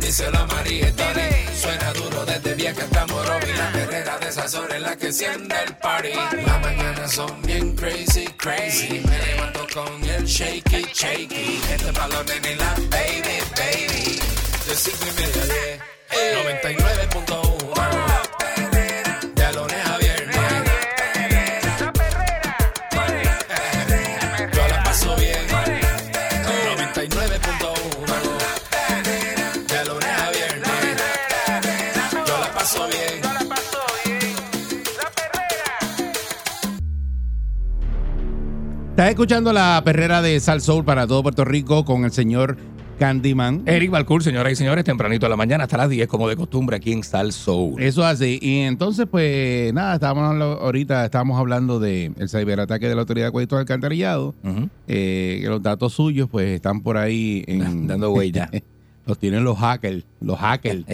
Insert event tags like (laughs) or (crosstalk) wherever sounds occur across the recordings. díselo a María y Tony. Suena duro desde vieja hasta morobi. La perrera de esas horas es la que enciende el Ah. party. Las mañanas son bien crazy, crazy. Me levanto con el shaky, shaky. Este es pa' los nenes y la baby, baby. De cinco y media a diez, 99.1. De alones a viernes. la perrera, Yo la paso bien. 99.1. De lunes a viernes. Yo la paso bien. no la pasó bien. ¿eh? La perrera, Estás escuchando la perrera de Sal Soul para todo Puerto Rico con el señor Candyman. Eric Balcour, señoras y señores, tempranito a la mañana hasta las 10, como de costumbre aquí en Sal Soul. Eso hace. Y entonces, pues nada, estábamos hablando- ahorita estábamos hablando del el ciberataque de la Autoridad de Acueductos y Alcantarillado. Ujú. eh, que los datos suyos, pues están por ahí en- Dando huella. (laughs) los tienen los hackers. Los (laughs) hackers.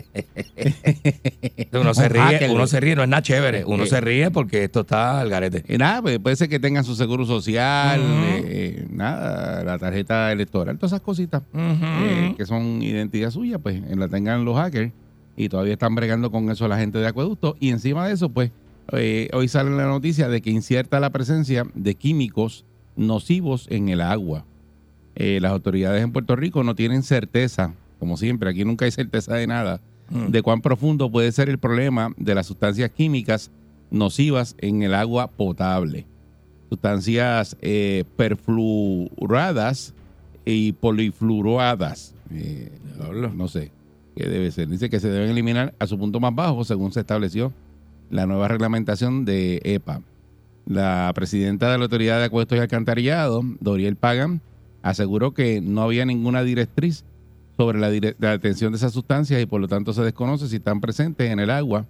Uno se ríe, Háquenle. uno se ríe, no es nada chévere. Uno Eh. se ríe porque esto está al garete. Y nada, pues puede ser que tengan su seguro social, Ujú. eh, eh, nada, la tarjeta electoral, todas esas cositas. eh, que son identidad suya, pues eh, la tengan los hackers y todavía están bregando con eso la gente de acueducto. Y encima de eso, pues eh, hoy sale la noticia de que incierta la presencia de químicos nocivos en el agua. Eh, las autoridades en Puerto Rico no tienen certeza, como siempre, aquí nunca hay certeza de nada, Mm. de cuán profundo puede ser el problema de las sustancias químicas nocivas en el agua potable. Sustancias eh, perfluoradas y polifluoradas. Eh, no sé qué debe ser. Dice que se deben eliminar a su punto más bajo, según se estableció la nueva reglamentación de EPA. La presidenta de la Autoridad de Acuestos y Alcantarillado, Doriel Pagan, aseguró que no había ninguna directriz sobre la, dire- la detención de esas sustancias y por lo tanto se desconoce si están presentes en el agua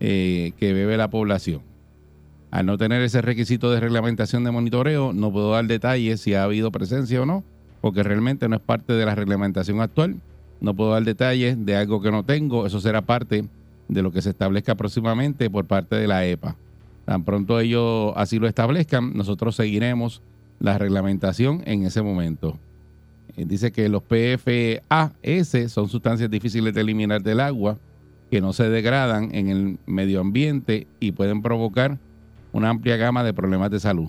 eh, que bebe la población. Al no tener ese requisito de reglamentación de monitoreo, no puedo dar detalles si ha habido presencia o no, porque realmente no es parte de la reglamentación actual. No puedo dar detalles de algo que no tengo, eso será parte de lo que se establezca próximamente por parte de la EPA. Tan pronto ellos así lo establezcan, nosotros seguiremos la reglamentación en ese momento. Eh, Dice que los PFAS son sustancias difíciles de eliminar del agua, que no se degradan en el medio ambiente y pueden provocar una amplia gama de problemas de salud.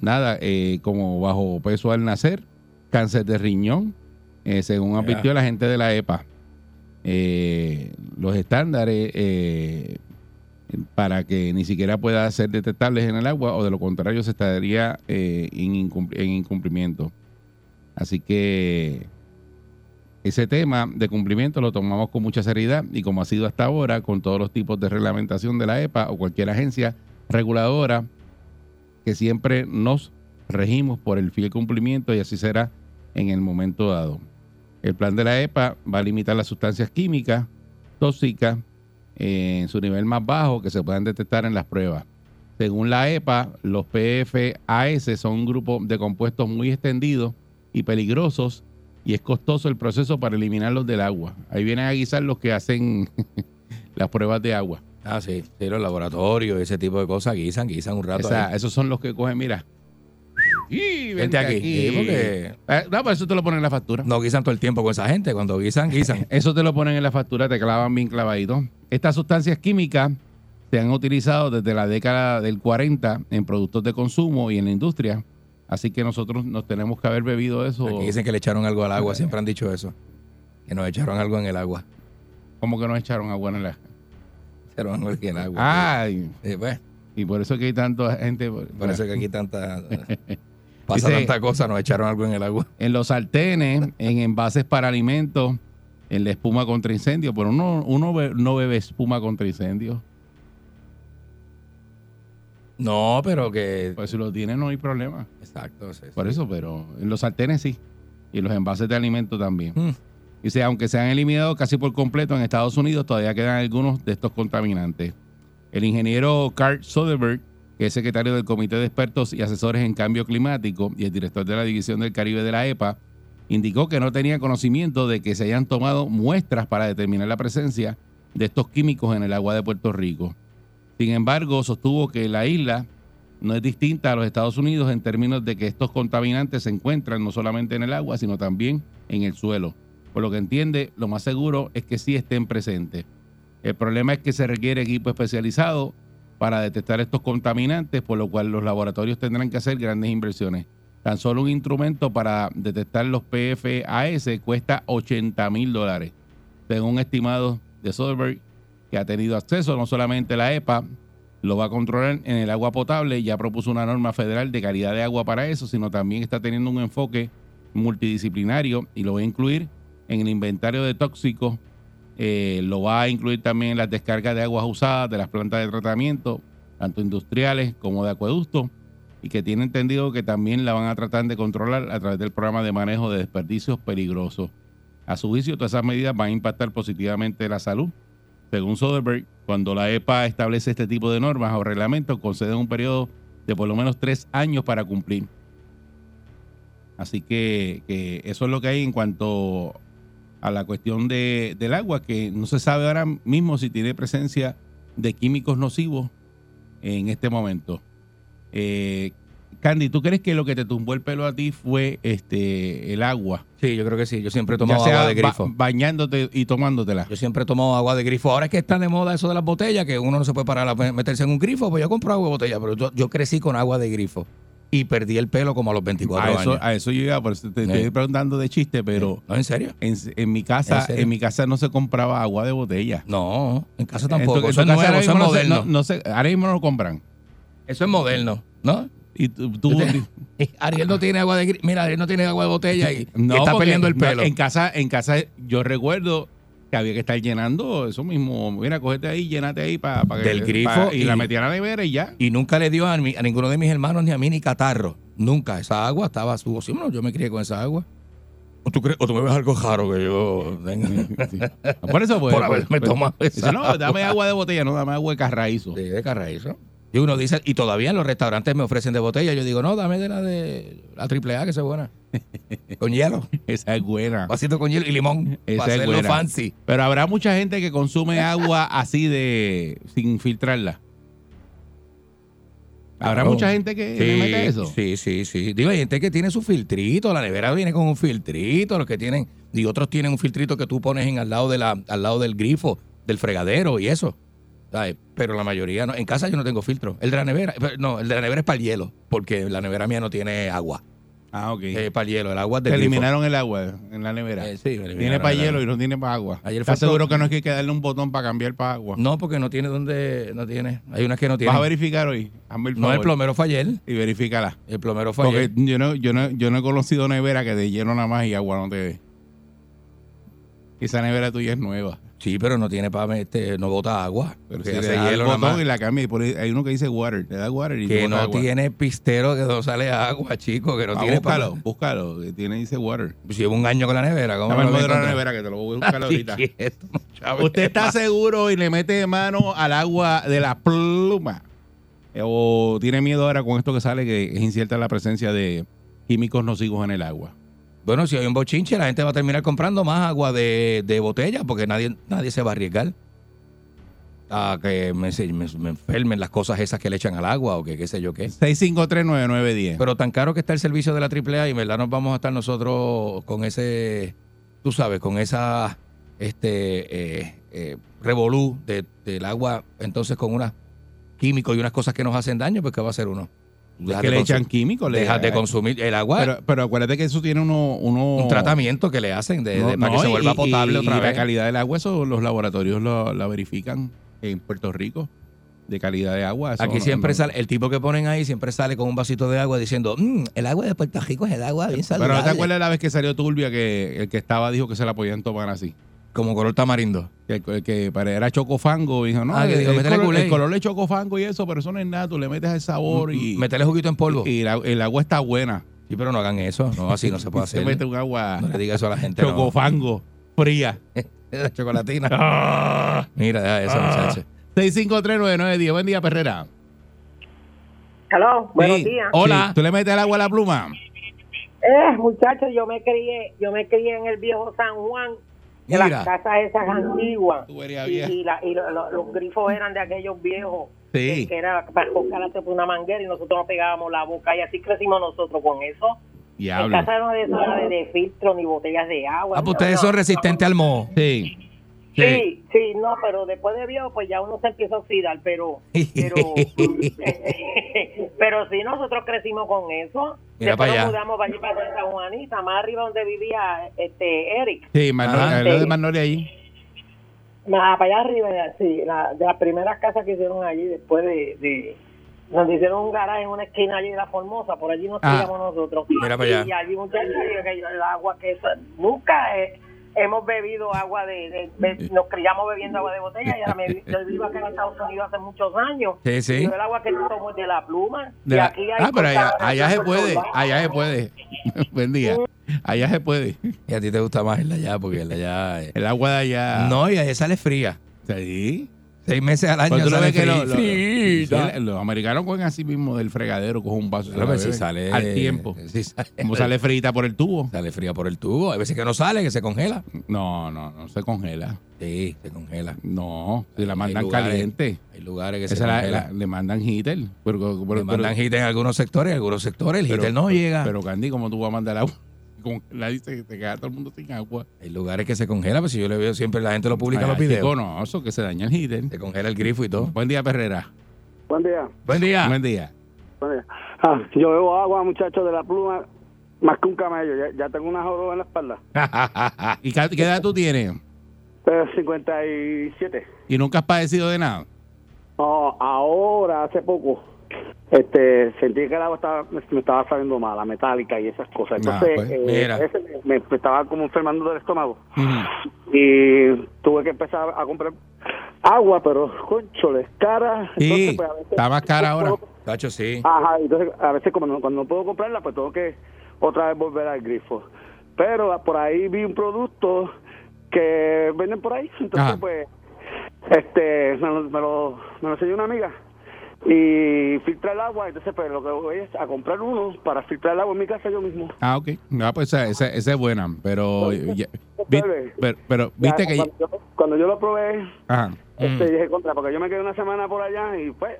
Nada, eh, como bajo peso al nacer, cáncer de riñón, eh, según advirtió la gente de la EPA. Eh, los estándares eh, para que ni siquiera pueda ser detectables en el agua o de lo contrario se estaría eh, en, incum- en incumplimiento. Así que ese tema de cumplimiento lo tomamos con mucha seriedad y como ha sido hasta ahora con todos los tipos de reglamentación de la EPA o cualquier agencia reguladora que siempre nos regimos por el fiel cumplimiento y así será en el momento dado. El plan de la EPA va a limitar las sustancias químicas tóxicas eh, en su nivel más bajo que se puedan detectar en las pruebas. Según la EPA, los PFAS son un grupo de compuestos muy extendidos y peligrosos y es costoso el proceso para eliminarlos del agua. Ahí vienen a guisar los que hacen (laughs) las pruebas de agua. Ah, sí, sí, los laboratorios, ese tipo de cosas, guisan, guisan un rato. Esa- ahí. esos son los que cogen, mira. Y Vente aquí. Sí, porque- Eh, no, pero eso te lo ponen en la factura. No guisan todo el tiempo con esa gente, cuando (laughs) guisan, guisan. Eso te lo ponen en la factura, te clavan bien clavadito. Estas sustancias químicas se han utilizado desde la década del 40 en productos de consumo y en la industria. Así que nosotros nos tenemos que haber bebido eso. Aquí dicen que le echaron algo al Eh. agua, siempre han dicho eso. Que nos echaron algo en el agua. (laughs) Como que nos echaron agua en la. Echaron algo en el agua. Ay, Sí, pues, y por eso es que hay tanta gente. por eso es que aquí tanta. (laughs) Pasa Dice- tanta cosa, nos echaron algo en el agua. en los sartenes, en envases para alimentos, en la espuma contra incendio, pero uno, uno be- no bebe espuma contra incendio. No, pero que. Pues si lo tiene no hay problema. Exacto, sí, sí. Por eso, pero en los sartenes sí. Y en los envases de alimentos también. Mm. Dice, aunque se han eliminado casi por completo en Estados Unidos, todavía quedan algunos de estos contaminantes. El ingeniero Carl Soderberg que es secretario del Comité de Expertos y Asesores en Cambio Climático y el director de la División del Caribe de la EPA, indicó que no tenía conocimiento de que se hayan tomado muestras para determinar la presencia de estos químicos en el agua de Puerto Rico. Sin embargo, sostuvo que la isla no es distinta a los Estados Unidos en términos de que estos contaminantes se encuentran no solamente en el agua, sino también en el suelo. Por lo que entiende, lo más seguro es que sí estén presentes. El problema es que se requiere equipo especializado para detectar estos contaminantes, por lo cual los laboratorios tendrán que hacer grandes inversiones. Tan solo un instrumento para detectar los PFAS cuesta 80 mil dólares, según estimados de Soderbergh, que ha tenido acceso no solamente la EPA, lo va a controlar en el agua potable, ya propuso una norma federal de calidad de agua para eso, sino también está teniendo un enfoque multidisciplinario y lo va a incluir en el inventario de tóxicos eh, lo va a incluir también en las descargas de aguas usadas de las plantas de tratamiento, tanto industriales como de acueductos, y que tiene entendido que también la van a tratar de controlar a través del programa de manejo de desperdicios peligrosos. A su juicio, todas esas medidas van a impactar positivamente la salud. Según Soderbergh, cuando la EPA establece este tipo de normas o reglamentos, concede un periodo de por lo menos tres años para cumplir. Así que, que eso es lo que hay en cuanto a la cuestión de, del agua, que no se sabe ahora mismo si tiene presencia de químicos nocivos en este momento. Eh, Candy, ¿tú crees que lo que te tumbó el pelo a ti fue este el agua? Sí, yo creo que sí. Yo siempre he Ya tomado sea agua de ba- grifo. bañándote y tomándotela. Yo siempre he tomado agua de grifo. Ahora es que está de moda eso de las botellas, que uno no se puede parar a me- meterse en un grifo, pues yo compro agua de botella, pero yo, yo crecí con agua de grifo y perdí el pelo como a los A 24 Ah, eso, años. a eso yo iba, por eso te Sí. estoy preguntando de chiste, pero ¿No, en serio? en, en mi casa, ¿En ¿En, serio? mi casa no se compraba agua de botella. No, en casa En tu- tampoco. en Eso es tu casa nuevo, ahora eso es mismo no se- moderno. no- no se- ahora mismo no lo compran. Eso es moderno, ¿no? Y tú, tú- Este, (laughs) Ariel no tiene agua de grifo. Mira, Ariel no tiene agua de botella y No, y está porque perdiendo el no, pelo. en casa, en casa, yo recuerdo que había que estar llenando eso mismo. Mira, cogete ahí, llénate ahí para que Del grifo pa- y, y- la metía a la nevera y ya. y nunca le dio a, mi- a ninguno de mis hermanos ni a mí ni catarro. Nunca. Esa agua estaba su sí, bueno, yo me crié con esa agua. ¿O tú, crees, o tú me ves algo raro que yo tenga? (laughs) Por eso pues, Por haberme pues, tomado dice, esa no, dame agua de botella, no, dame agua de carraízo. Sí, de carraízo. Y uno dice, y todavía en los restaurantes me ofrecen de botella. Yo digo, no, dame de la de la triple A, que esa es (laughs) buena. Con hielo. Esa es buena. Vasito con hielo y limón. Esa para es hacerlo buena. fancy. Pero habrá mucha gente que (laughs) consume agua así de sin filtrarla. Habrá Claro. mucha gente que le mete eso. sí, sí, sí. Digo, hay gente que tiene su filtrito, la nevera viene con un filtrito, los que tienen, y otros tienen un filtrito que tú pones en al lado de la, al lado del grifo, del fregadero y eso. ¿sabes? Pero la mayoría no. En casa yo no tengo filtro. El de la nevera, pero no, el de la nevera es para el hielo, porque la nevera mía no tiene agua. Ah, ok. Es para el hielo, el agua es Te del grifo. eliminaron el agua en la nevera. Eh, sí, me eliminaron tiene para el hielo agua. y no tiene para agua. Ayer fue ¿Estás seguro todo- que no hay que darle un botón para cambiar para agua? No, porque no tiene donde, no tiene. Hay unas que no Vas a tienen. verificar hoy. Hazme el No, el favor plomero fue ayer. y verifícala. El plomero fue Porque ayer. yo no, yo, no, yo no he conocido nevera que de hielo nada más y agua no te dé. Y Esa nevera tuya es nueva. Sí, pero no tiene para este, no bota agua. Pero Porque si le hace das el hielo nada botón más. y la cambia. y por ahí- hay uno que dice water. Le da water y te Que bota no agua. tiene pistero que no sale agua, chico, que no Ah, tiene búscalo, pa- búscalo. que Tiene, dice water. Pues Llevo un año con la nevera, ¿cómo Dame el no lo voy modelo a de la encontrar? nevera que te lo voy a (laughs) buscar ahorita. (laughs) Sí, esto, chavo. ¿Usted está seguro y le mete mano al agua de la pluma? Eh, ¿O tiene miedo ahora con esto que sale que es incierta la presencia de químicos nocivos en el agua? Bueno, si hay un bochinche, la gente va a terminar comprando más agua de, de botella porque nadie, nadie se va a arriesgar a que me, se- me- me enfermen las cosas esas que le echan al agua o que qué sé yo qué. 6539910. Pero tan caro que está el servicio de la AAA y en verdad nos vamos a estar nosotros con ese, tú sabes, con esa este eh, eh, revolú de- del agua, entonces con unos químicos y unas cosas que nos hacen daño, pues ¿qué va a hacer uno? Dejas que de le consum- echan químicos. le- eh, dejas de consumir el agua, Pero, pero acuérdate que eso tiene uno... uno un tratamiento que le hacen de, No, de- para no, que se y- vuelva y- potable y otra la vez. calidad del agua, eso los laboratorios lo- la verifican en Puerto Rico, de calidad de agua. eso Aquí no- siempre no- sale, el tipo que ponen ahí siempre sale con un vasito de agua diciendo, "Mm, el agua de Puerto Rico es el agua bien Pero saludable. ¿no te acuerdas la vez que salió Turbia que el que estaba dijo que se la podían tomar así? Como color tamarindo. Que, el que para- era chocofango, dijo, no, Ah, que el, dijo, el métele color, Kool-Aid. el color de chocofango y eso, pero eso no es nada, tú le metes el sabor y, Meterle juguito en Mm, polvo. y la- el agua está buena. Sí, pero no hagan eso. No, así no se Y puede hacer. Se mete un agua No le diga eso a la gente. no. chocofango fría. (laughs) La chocolatina. Ah. Mira, deja eso, muchacho. 6539910, buen día, Perrera. Hello, buenos Sí. días. Hola. Sí, ¿Tú le metes el agua a la pluma? Eh, muchachos, yo me crié, yo me crié en el viejo San Juan, de Mira. las casas esas antiguas. Tú eres Y, vieja. y la- y lo- lo- los grifos eran de aquellos viejos. Sí. Ah, Que era para buscarse por una manguera y nosotros nos pegábamos la boca y así crecimos nosotros con eso. En Diablo. casa no de, eso, de, de filtro ni botellas de agua. Ah, pues ustedes son resistentes al moho. Sí. Sí, sí, no, pero después de viejo, pues ya uno se empieza a oxidar, (laughs) pero. Pero, (laughs) pero sí, nosotros crecimos con eso. Mira después para allá. nos mudamos para allí, para San Juanita, más arriba donde vivía este Eric. Sí, Manolo- Ajá. al lado de Manolo ahí. Más para allá arriba, sí, la- de las primeras casas que hicieron allí, después de. de donde hicieron un garaje en una esquina allí de la Formosa, por allí nos Ah, criamos nosotros. mira para allá. Y allí, muchachos, y aquello, el agua que eso, nunca eh, hemos bebido agua de, de- be- Nos criamos bebiendo agua de botella y ahora me, yo vivo acá en Estados Unidos hace muchos años. Sí, sí. Y yo el agua que tomo es de la pluma. De y la- aquí hay ah, pero allá, contadores allá se por puede. todos lados. Mm. Allá se puede. (laughs) Buen día. Allá se puede. Y a ti te gusta más el de allá, porque el de allá. eh. El agua de allá. No, y allá sale fría. Sí. Seis meses al año Cuando tú lo sale ves que fría. lo- lo- sí, los americanos cogen así mismo del fregadero, cogen un vaso. y se Claro, la pero si beben pues sale eh, Este- Al tiempo. si sale, Como sale frita por el tubo. sale fría por el tubo. Hay veces que no sale, que se congela. No, no, no se congela. Sí, se congela. No, se la Hay mandan lugares- caliente. Hay lugares que Esa se la- congela. la- le mandan heater. Pero, pero- Le pero- mandan heater en algunos sectores, en algunos sectores el pero- heater no llega. Pero Candy, ¿cómo tú vas a mandar agua? (laughs) La dice que te queda todo el mundo sin agua. hay lugares que se congela, pues si yo le veo siempre, la gente lo publica en Ay, los chico, videos. no, eso que se daña el heater. Se congela el grifo y todo. Buen día, (laughs) Perrera. Buen día. Buen día. Buen (laughs) día. Buen día. Ah, yo bebo agua, muchachos, de la pluma, más que un camello. Ya, ya tengo una joroba en la espalda. ¿Y ca- qué edad tú tienes? Pero 57. ¿Y nunca has padecido de nada? No, ahora, hace poco, este, sentí que el agua estaba, me, me estaba saliendo mala, metálica y esas Ah, cosas. Entonces, pues, eh, mira. ese me, me estaba como enfermando del estómago. Ujú. Y tuve que empezar a comprar agua, pero, concholes, cara. Sí, Entonces, pues, a veces- está más cara ahora. Tacho, sí. Ajá, entonces a veces como no, cuando no puedo comprarla, pues tengo que otra vez volver al grifo. Pero ah, por ahí vi un producto que venden por ahí, entonces Ajá. pues este me lo, me, lo, me lo enseñó una amiga y filtra el agua, entonces pues lo que voy es a comprar uno para filtrar el agua en mi casa yo mismo. Ah, ok. No, pues esa, esa- esa es buena, pero, ya- pues, vi- pero, pero viste que... cuando, yo, cuando yo lo probé, Ajá. este, Mm. dije contra, porque yo me quedé una semana por allá y pues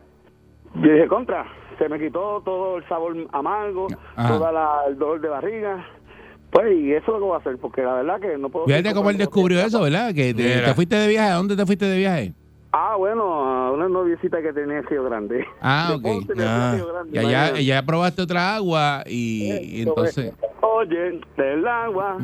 yo dije contra, se me quitó todo el sabor amargo, Ajá. todo la, el dolor de barriga, pues y eso es lo que voy a hacer, porque la verdad que no puedo... Fíjate seguir cómo él comprando descubrió cosas. eso, ¿eh? ¿verdad? Que te, Mira. te fuiste de viaje. ¿A dónde te fuiste de viaje? Ah, bueno, a una noviecita que tenía Río Grande. Ah, De ok. Ponce, le Ah, fui a Río Grande, Eh, Y allá, imagínate. ya probaste otra agua y, y (laughs) (laughs) entonces... (laughs) Oye, del (laughs) agua.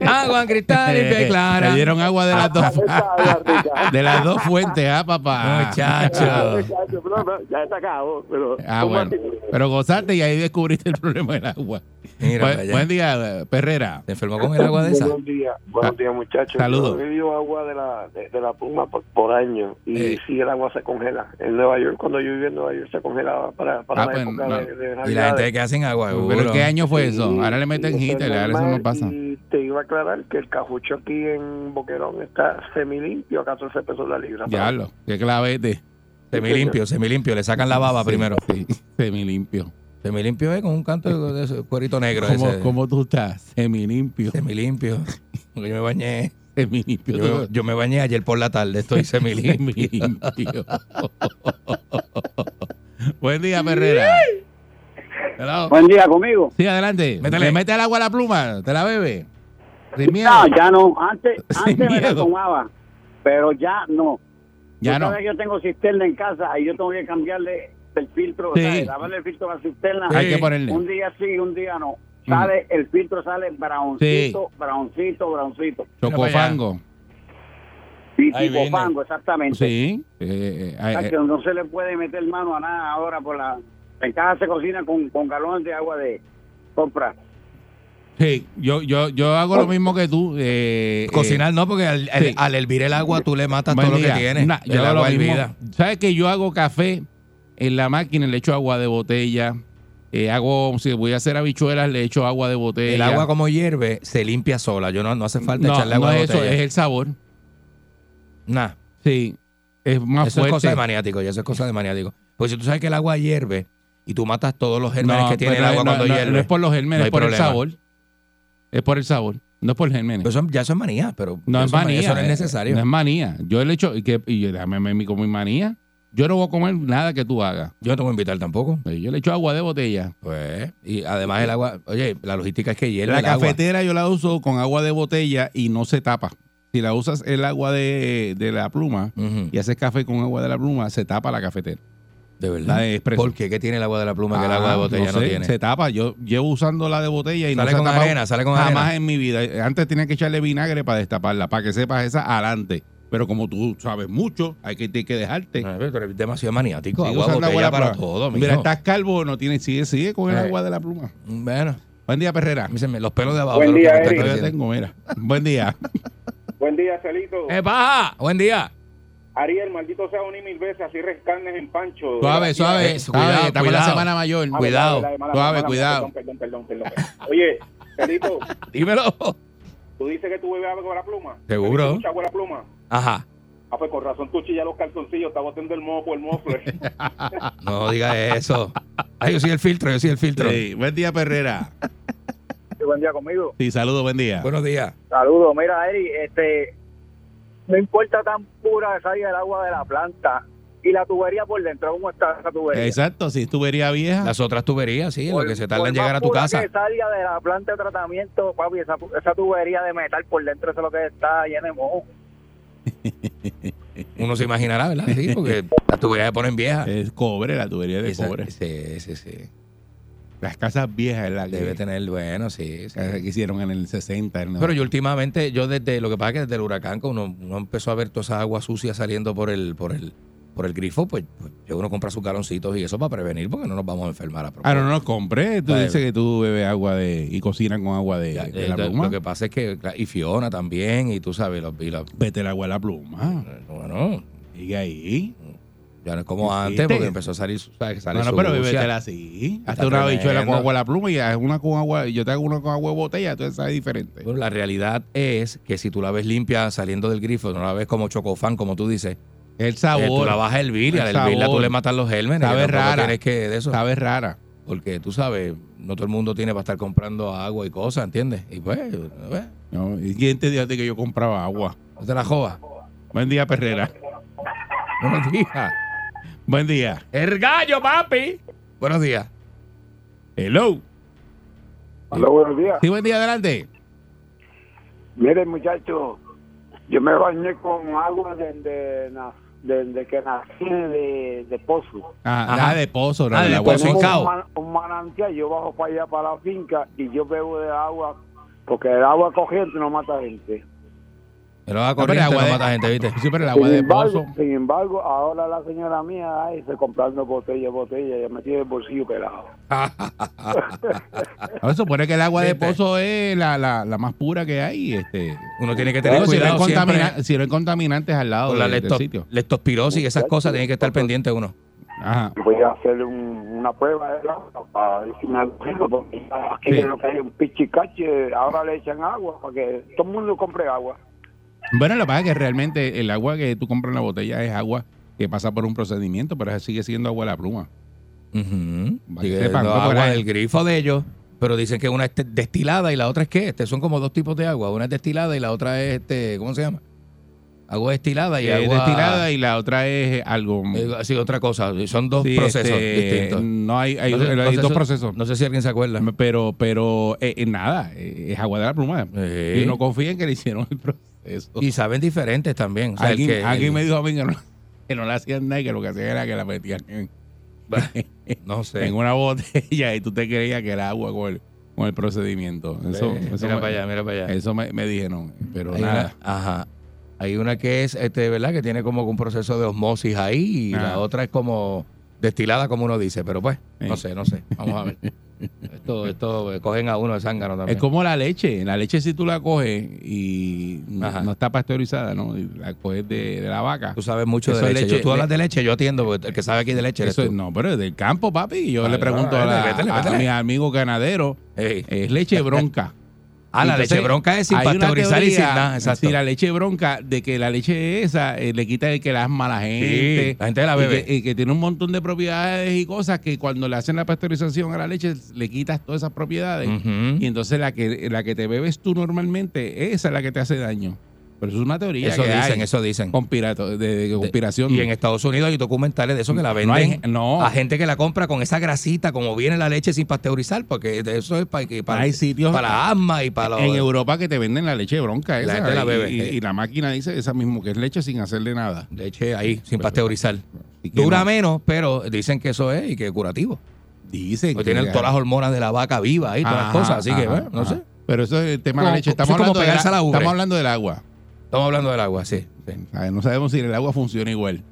Agua cristal y Eh, (laughs) clara. Te dieron agua de las dos, (laughs) de las dos fuentes, ¿ah, papá? Muchacho. (laughs) ya se acabó. Pero, Ah, ¿cómo bueno. así? Pero gozaste y ahí descubriste el problema del agua. Mira para Buen, allá. buen día, eh, Perrera. Se enfermó con el agua de esa. Buenos días, buenos días muchachos. Ah, Saludos. Yo he bebido agua de la, de, de la pluma por, por año y Eh. sí, el agua se congela. En Nueva York, cuando yo vivía en Nueva York, se congelaba para, para Ah, la pues, época no. de, de Y la gente Navidades. que hacen agua, ¿Pero seguro. qué año fue eso? Sí, Ahora le meten y eso es heater, ahora eso normal. no pasa. Y te iba a aclarar que el cajucho aquí en Boquerón está semilimpio a 14 pesos la libra. Diablo, qué clavete. (laughs) Semi limpio, semi limpio. Le sacan la baba primero. Sí, semi limpio. Semi limpio es con un canto de ese cuerito negro. ¿Cómo, ese. cómo tú estás? Semi limpio. Semi limpio. (laughs) Porque yo me bañé. Semi limpio. Yo, yo me bañé ayer por la tarde. Estoy (laughs) semi limpio. limpio. (laughs) buen día, Perrera. Hello. Buen día conmigo. Sí, adelante. Métele. Le mete el agua a la pluma, te la bebe. Sin miedo. No, ya no. Antes, (laughs) Sin antes me la miedo. tomaba, pero ya no. ya Tú no. sabes que Yo tengo cisterna en casa y yo tengo que cambiarle el filtro, Sí. o sea, lavarle el filtro a la cisterna. Hay que ponerle. Mm. Un día sí, un día no. Sale, el filtro sale browncito, browncito, browncito. Chocofango. Y Ahí tipo viene. fango, exactamente. Sí. Eh, eh, O sea, eh, que no se le puede meter mano a nada ahora por la... En casa se cocina con, con galones de agua de compra. Sí, yo, yo, yo hago lo mismo que tú. Eh, eh, Oh. Cocinar no, porque al, al- sí. al hervir el agua tú le matas buen todo lo día. que tienes. Nah, el yo hago agua lo mismo. hervida. ¿Sabes que yo hago café en la máquina? Le echo agua de botella. Eh, hago, si voy a hacer habichuelas, le echo agua de botella. El agua como hierve se limpia sola. Yo no, no hace falta no, echarle no agua de es eso, botella. es el sabor. Nah, Sí, es más Ah, eso es fuerte. cosa de maniático. y Eso es cosa de maniático. Porque si tú sabes que el agua hierve y tú matas todos los gérmenes que tiene el pero agua no, cuando no, hierve. no es por los gérmenes, No hay es por el problema. sabor. Es por el sabor, no es por gérmenes. Pero eso- ya eso es manía, pero No eso es manía. Eso no es eh, necesario. No es manía. Yo el hecho, y, que, y yo, déjame me- me comí manía. Yo no voy a comer nada que tú hagas. Yo no te voy a invitar tampoco. Eh, Yo le echo agua de botella. Pues, y además el agua, oye, la logística es que hierve la el agua. cafetera yo la uso con agua de botella y no se tapa. Si la usas el agua de, de la pluma Ujú, y haces café con agua de la pluma, se tapa la cafetera. De verdad. La de expreso. ¿Por qué? ¿Qué tiene el agua de la pluma que el agua de Ah, botella no, sé, tiene? Se tapa. Yo llevo usando la de botella y no Sale se ha con tapado arena, sale con jamás arena. en mi vida. Antes tenía que echarle vinagre para destaparla, para que sepas esa adelante. Pero como tú sabes mucho, hay que, hay que dejarte. No, pero tú eres demasiado maniático. Sigue Ah, Agua de usando botella agua de para la pluma. todo, mijo. Mira, estás calvo, no tiene, sigue, sigue con el Eh. agua de la pluma. Bueno, Buen día, Perrera. me dicen, los pelos de abajo. Buen de los día, que me están Eric. Todavía creciendo. tengo, mira. Buen día. Buen día, Celito. ¡Eh, paja! ¡Buen día! Ariel, maldito sea un y mil veces, así rescarnes en pancho. Suave, suave. Eso, suave, Eh, cuidado, está con la cuidado. semana mayor. Ah, Cuidado, verdad, verdad, mala, suave, mala, mala, cuidado. Perdón, perdón, perdón, perdón. Oye, Celito, Dímelo. tú dices que tú bebes agua con la pluma. Seguro. ¿Bebes mucha agua con la pluma. Ajá. Ah, pues con razón tú chillas los calzoncillos, está botando el moco, el mofle. No digas eso. Ay, yo soy el filtro, yo soy el filtro. Sí, Buen día, Perrera. Buen día conmigo. Sí, saludos, buen día. Buenos días. Saludos, mira, Eri, este, no importa tan pura que salga el agua de la planta y la tubería por dentro, ¿cómo está esa pues, tubería? Exacto, si estuvería vieja. Las otras tuberías, sí, lo Por- que se por tarda en llegar más a tu pura casa. que salga de la planta de tratamiento, papi, esa, esa tubería de metal por dentro, eso es lo que está lleno de moho. Uno se imaginará, ¿verdad? Sí, (laughs) porque las tuberías se ponen viejas. Es cobre, la tubería de Esa- cobre. Sí, sí, sí. Las casas viejas es la que, Debe tener, bueno, sí. sí. que hicieron en el 60. en el- Pero yo últimamente, yo desde, lo que pasa es que desde el huracán, cuando uno, uno empezó a ver toda esa agua sucia saliendo por el, por el, por el grifo, pues, pues, yo uno compra sus galoncitos y eso para prevenir, porque no nos vamos a enfermar a Ah, no, propósito. no, compré. Tú Vale. dices que tú bebes agua de y cocinan con agua de, Ya, de eh, la lo- pluma. Lo que pasa es que, y Fiona también, y tú sabes, los, y los- Vete el agua de la pluma. bueno, Sigue ahí. ya no es como ¿Viste? antes, porque empezó a salir, su- sabe, que sale No, no, pero sucia. bébetela así. Está Hazte una tremendo. habichuela con agua de la pluma y haz una con agua. Yo te hago una con agua de botella, entonces sabe diferente. Bueno, la realidad es que si tú la ves limpia saliendo del grifo, no la ves como chocofán, como tú dices, El eh, tú sabor. la vas a hervir y El al hervirla tú sabor. le matas los gérmenes. Sabe que tampoco rara. Tienes que de eso. sabe rara. Porque tú sabes, no todo el mundo tiene para estar comprando agua y cosas, ¿entiendes? Y pues, pues, ¿no? ¿Y quién te dijo a ti que yo compraba agua? no te la jodas. Buen día, Perrera. Buenos días. Buen día. ¡El gallo, papi! Buenos días. Hello. Hola, buenos días. Sí, buen día, adelante. Miren, muchachos, yo me bañé con agua desde, na- desde que nací de, de pozo. Ah, Ajá. nada de pozo, nada Ah, de de agua. pozo. Tenemos hincao. un, man- un manantial, yo bajo para allá, para la finca, y yo bebo de agua, porque el agua corriente no mata gente. Pero va a No, pero correr agua agua no de- mata gente, ¿viste? Sí, pero el agua sin, de embargo, pozo. sin embargo, ahora la señora mía ay, se comprando botella, botella, ya me tiene el bolsillo pelado. Ahora supone que el agua de ¿Viste? pozo es la, la, la más pura que hay. Este. Uno tiene que tener Pero si, no hay cuidado siempre contamina- si no hay contaminantes al lado con la de- Pues, del lepto- sitio. leptospirosis y esas cosas, tiene que estar pendiente uno. Ajá. Voy a hacer un- una prueba de agua para ver si me acuerdo, porque aquí Sí. lo que hay es un pichicache, ahora le echan agua para que todo el mundo compre agua. Bueno, lo que pasa es que realmente el agua que tú compras en la botella es agua que pasa por un procedimiento, pero sigue siendo agua de la pluma. Ujú. Para que Sigue sepan, dando ¿no? Por agua ahí. del grifo de ellos, pero dicen que una es te- destilada y la otra es que este son como dos tipos de agua. Una es destilada y la otra es este, ¿cómo se llama? Agua destilada y Es agua destilada y la otra es algo. Eh, sí, otra cosa. Son dos Sí, procesos este, distintos. No hay, hay- No sé- hay no sé dos si- procesos. No sé si alguien se acuerda. Pero, pero eh, eh, nada, eh, es agua de la pluma. Sí. Y no confíen que le hicieron el proceso. Y saben diferentes también. O sea, el alguien que- alguien el- (laughs) me dijo a mí que no, que no la hacían nada y que lo que hacían era que la metían en, No sé. en una botella y tú te creías que era agua con el, con el procedimiento. Eso, Eh, eso mira me, para allá, mira para allá. Eso me, me dijeron, pero Hay nada. una, ajá. Hay una que es, este, ¿verdad? Que tiene como un proceso de osmosis ahí y Ah. la otra es como destilada, como uno dice. Pero pues, no Sí. sé, no sé. Vamos (laughs) a ver. esto, esto eh, cogen a uno de zángano también. Es como la leche. La leche si tú la coges y no, Ajá. no está pasteurizada, ¿no? Y La coges de, de la vaca. Tú sabes mucho Eso de es leche. leche- Yo- tú hablas de leche, yo atiendo, porque el que sabe aquí de leche eres Eso es- tú. no, pero es del campo, papi. Yo Vale, le pregunto vale, a, la- vale, vete, a- a vete. mis amigos ganaderos, Ey. es leche bronca. (laughs) Ah, la leche bronca es sin hay una pasteurizar y sin teoría, nada, exacto. sí, la leche bronca, de que la leche esa eh, le quita el que la asma a la gente. la gente la y bebe. que- Y que, tiene un montón de propiedades y cosas que cuando le hacen la pasteurización a la leche le quitas todas esas propiedades. Ujú. Y entonces la que, la que te bebes tú normalmente, esa es la que te hace daño. Pero eso es una teoría Eso que dicen, hay. eso dicen. Conspirato- de, de conspiración. Y en Estados Unidos hay documentales de eso que la venden No hay- no. a gente que la compra con esa grasita, como viene la leche sin pasteurizar, porque de eso es para, que, para, Hay sitios- para asma y para... En lo- Europa que te venden la leche bronca esa, gente la y- bebe, y, eh. y la máquina dice esa mismo que es leche sin hacerle nada. leche ahí, sin pasteurizar. Pues, Y que Dura no- menos, pero dicen que eso es y que es curativo. Dicen Porque Pues tiene todas las hormonas de la vaca viva y todas las Ajá, cosas, así que, ajá, bueno, no ajá. sé. Pero eso es el tema de la Como- leche. Estamos eso es como hablando, de la- pegarse a la ubre. estamos hablando del agua. Estamos hablando del agua, sí. sí. O sea, No sabemos si el agua funciona igual.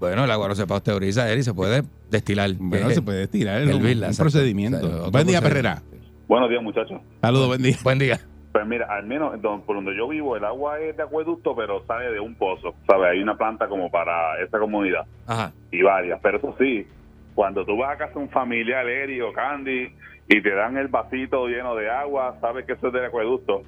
Bueno, el agua no se pasteuriza, Eri, se puede destilar. Bueno, Eh, se puede estirar. el Es un, birla, un exacto. procedimiento. O sea, otro buen día, procedimiento. Perrera. (laughs) Buenos días, muchachos. Saludos, buen día. Buen día. Pues mira, al menos don- por donde yo vivo, el agua es de acueducto, pero sale de un pozo. ¿Sabes? Hay una planta como para esta comunidad Ajá. y varias. Pero eso sí, cuando tú vas a casa de un familiar, Eri o Candy, y te dan el vasito lleno de agua, sabes que eso es del acueducto.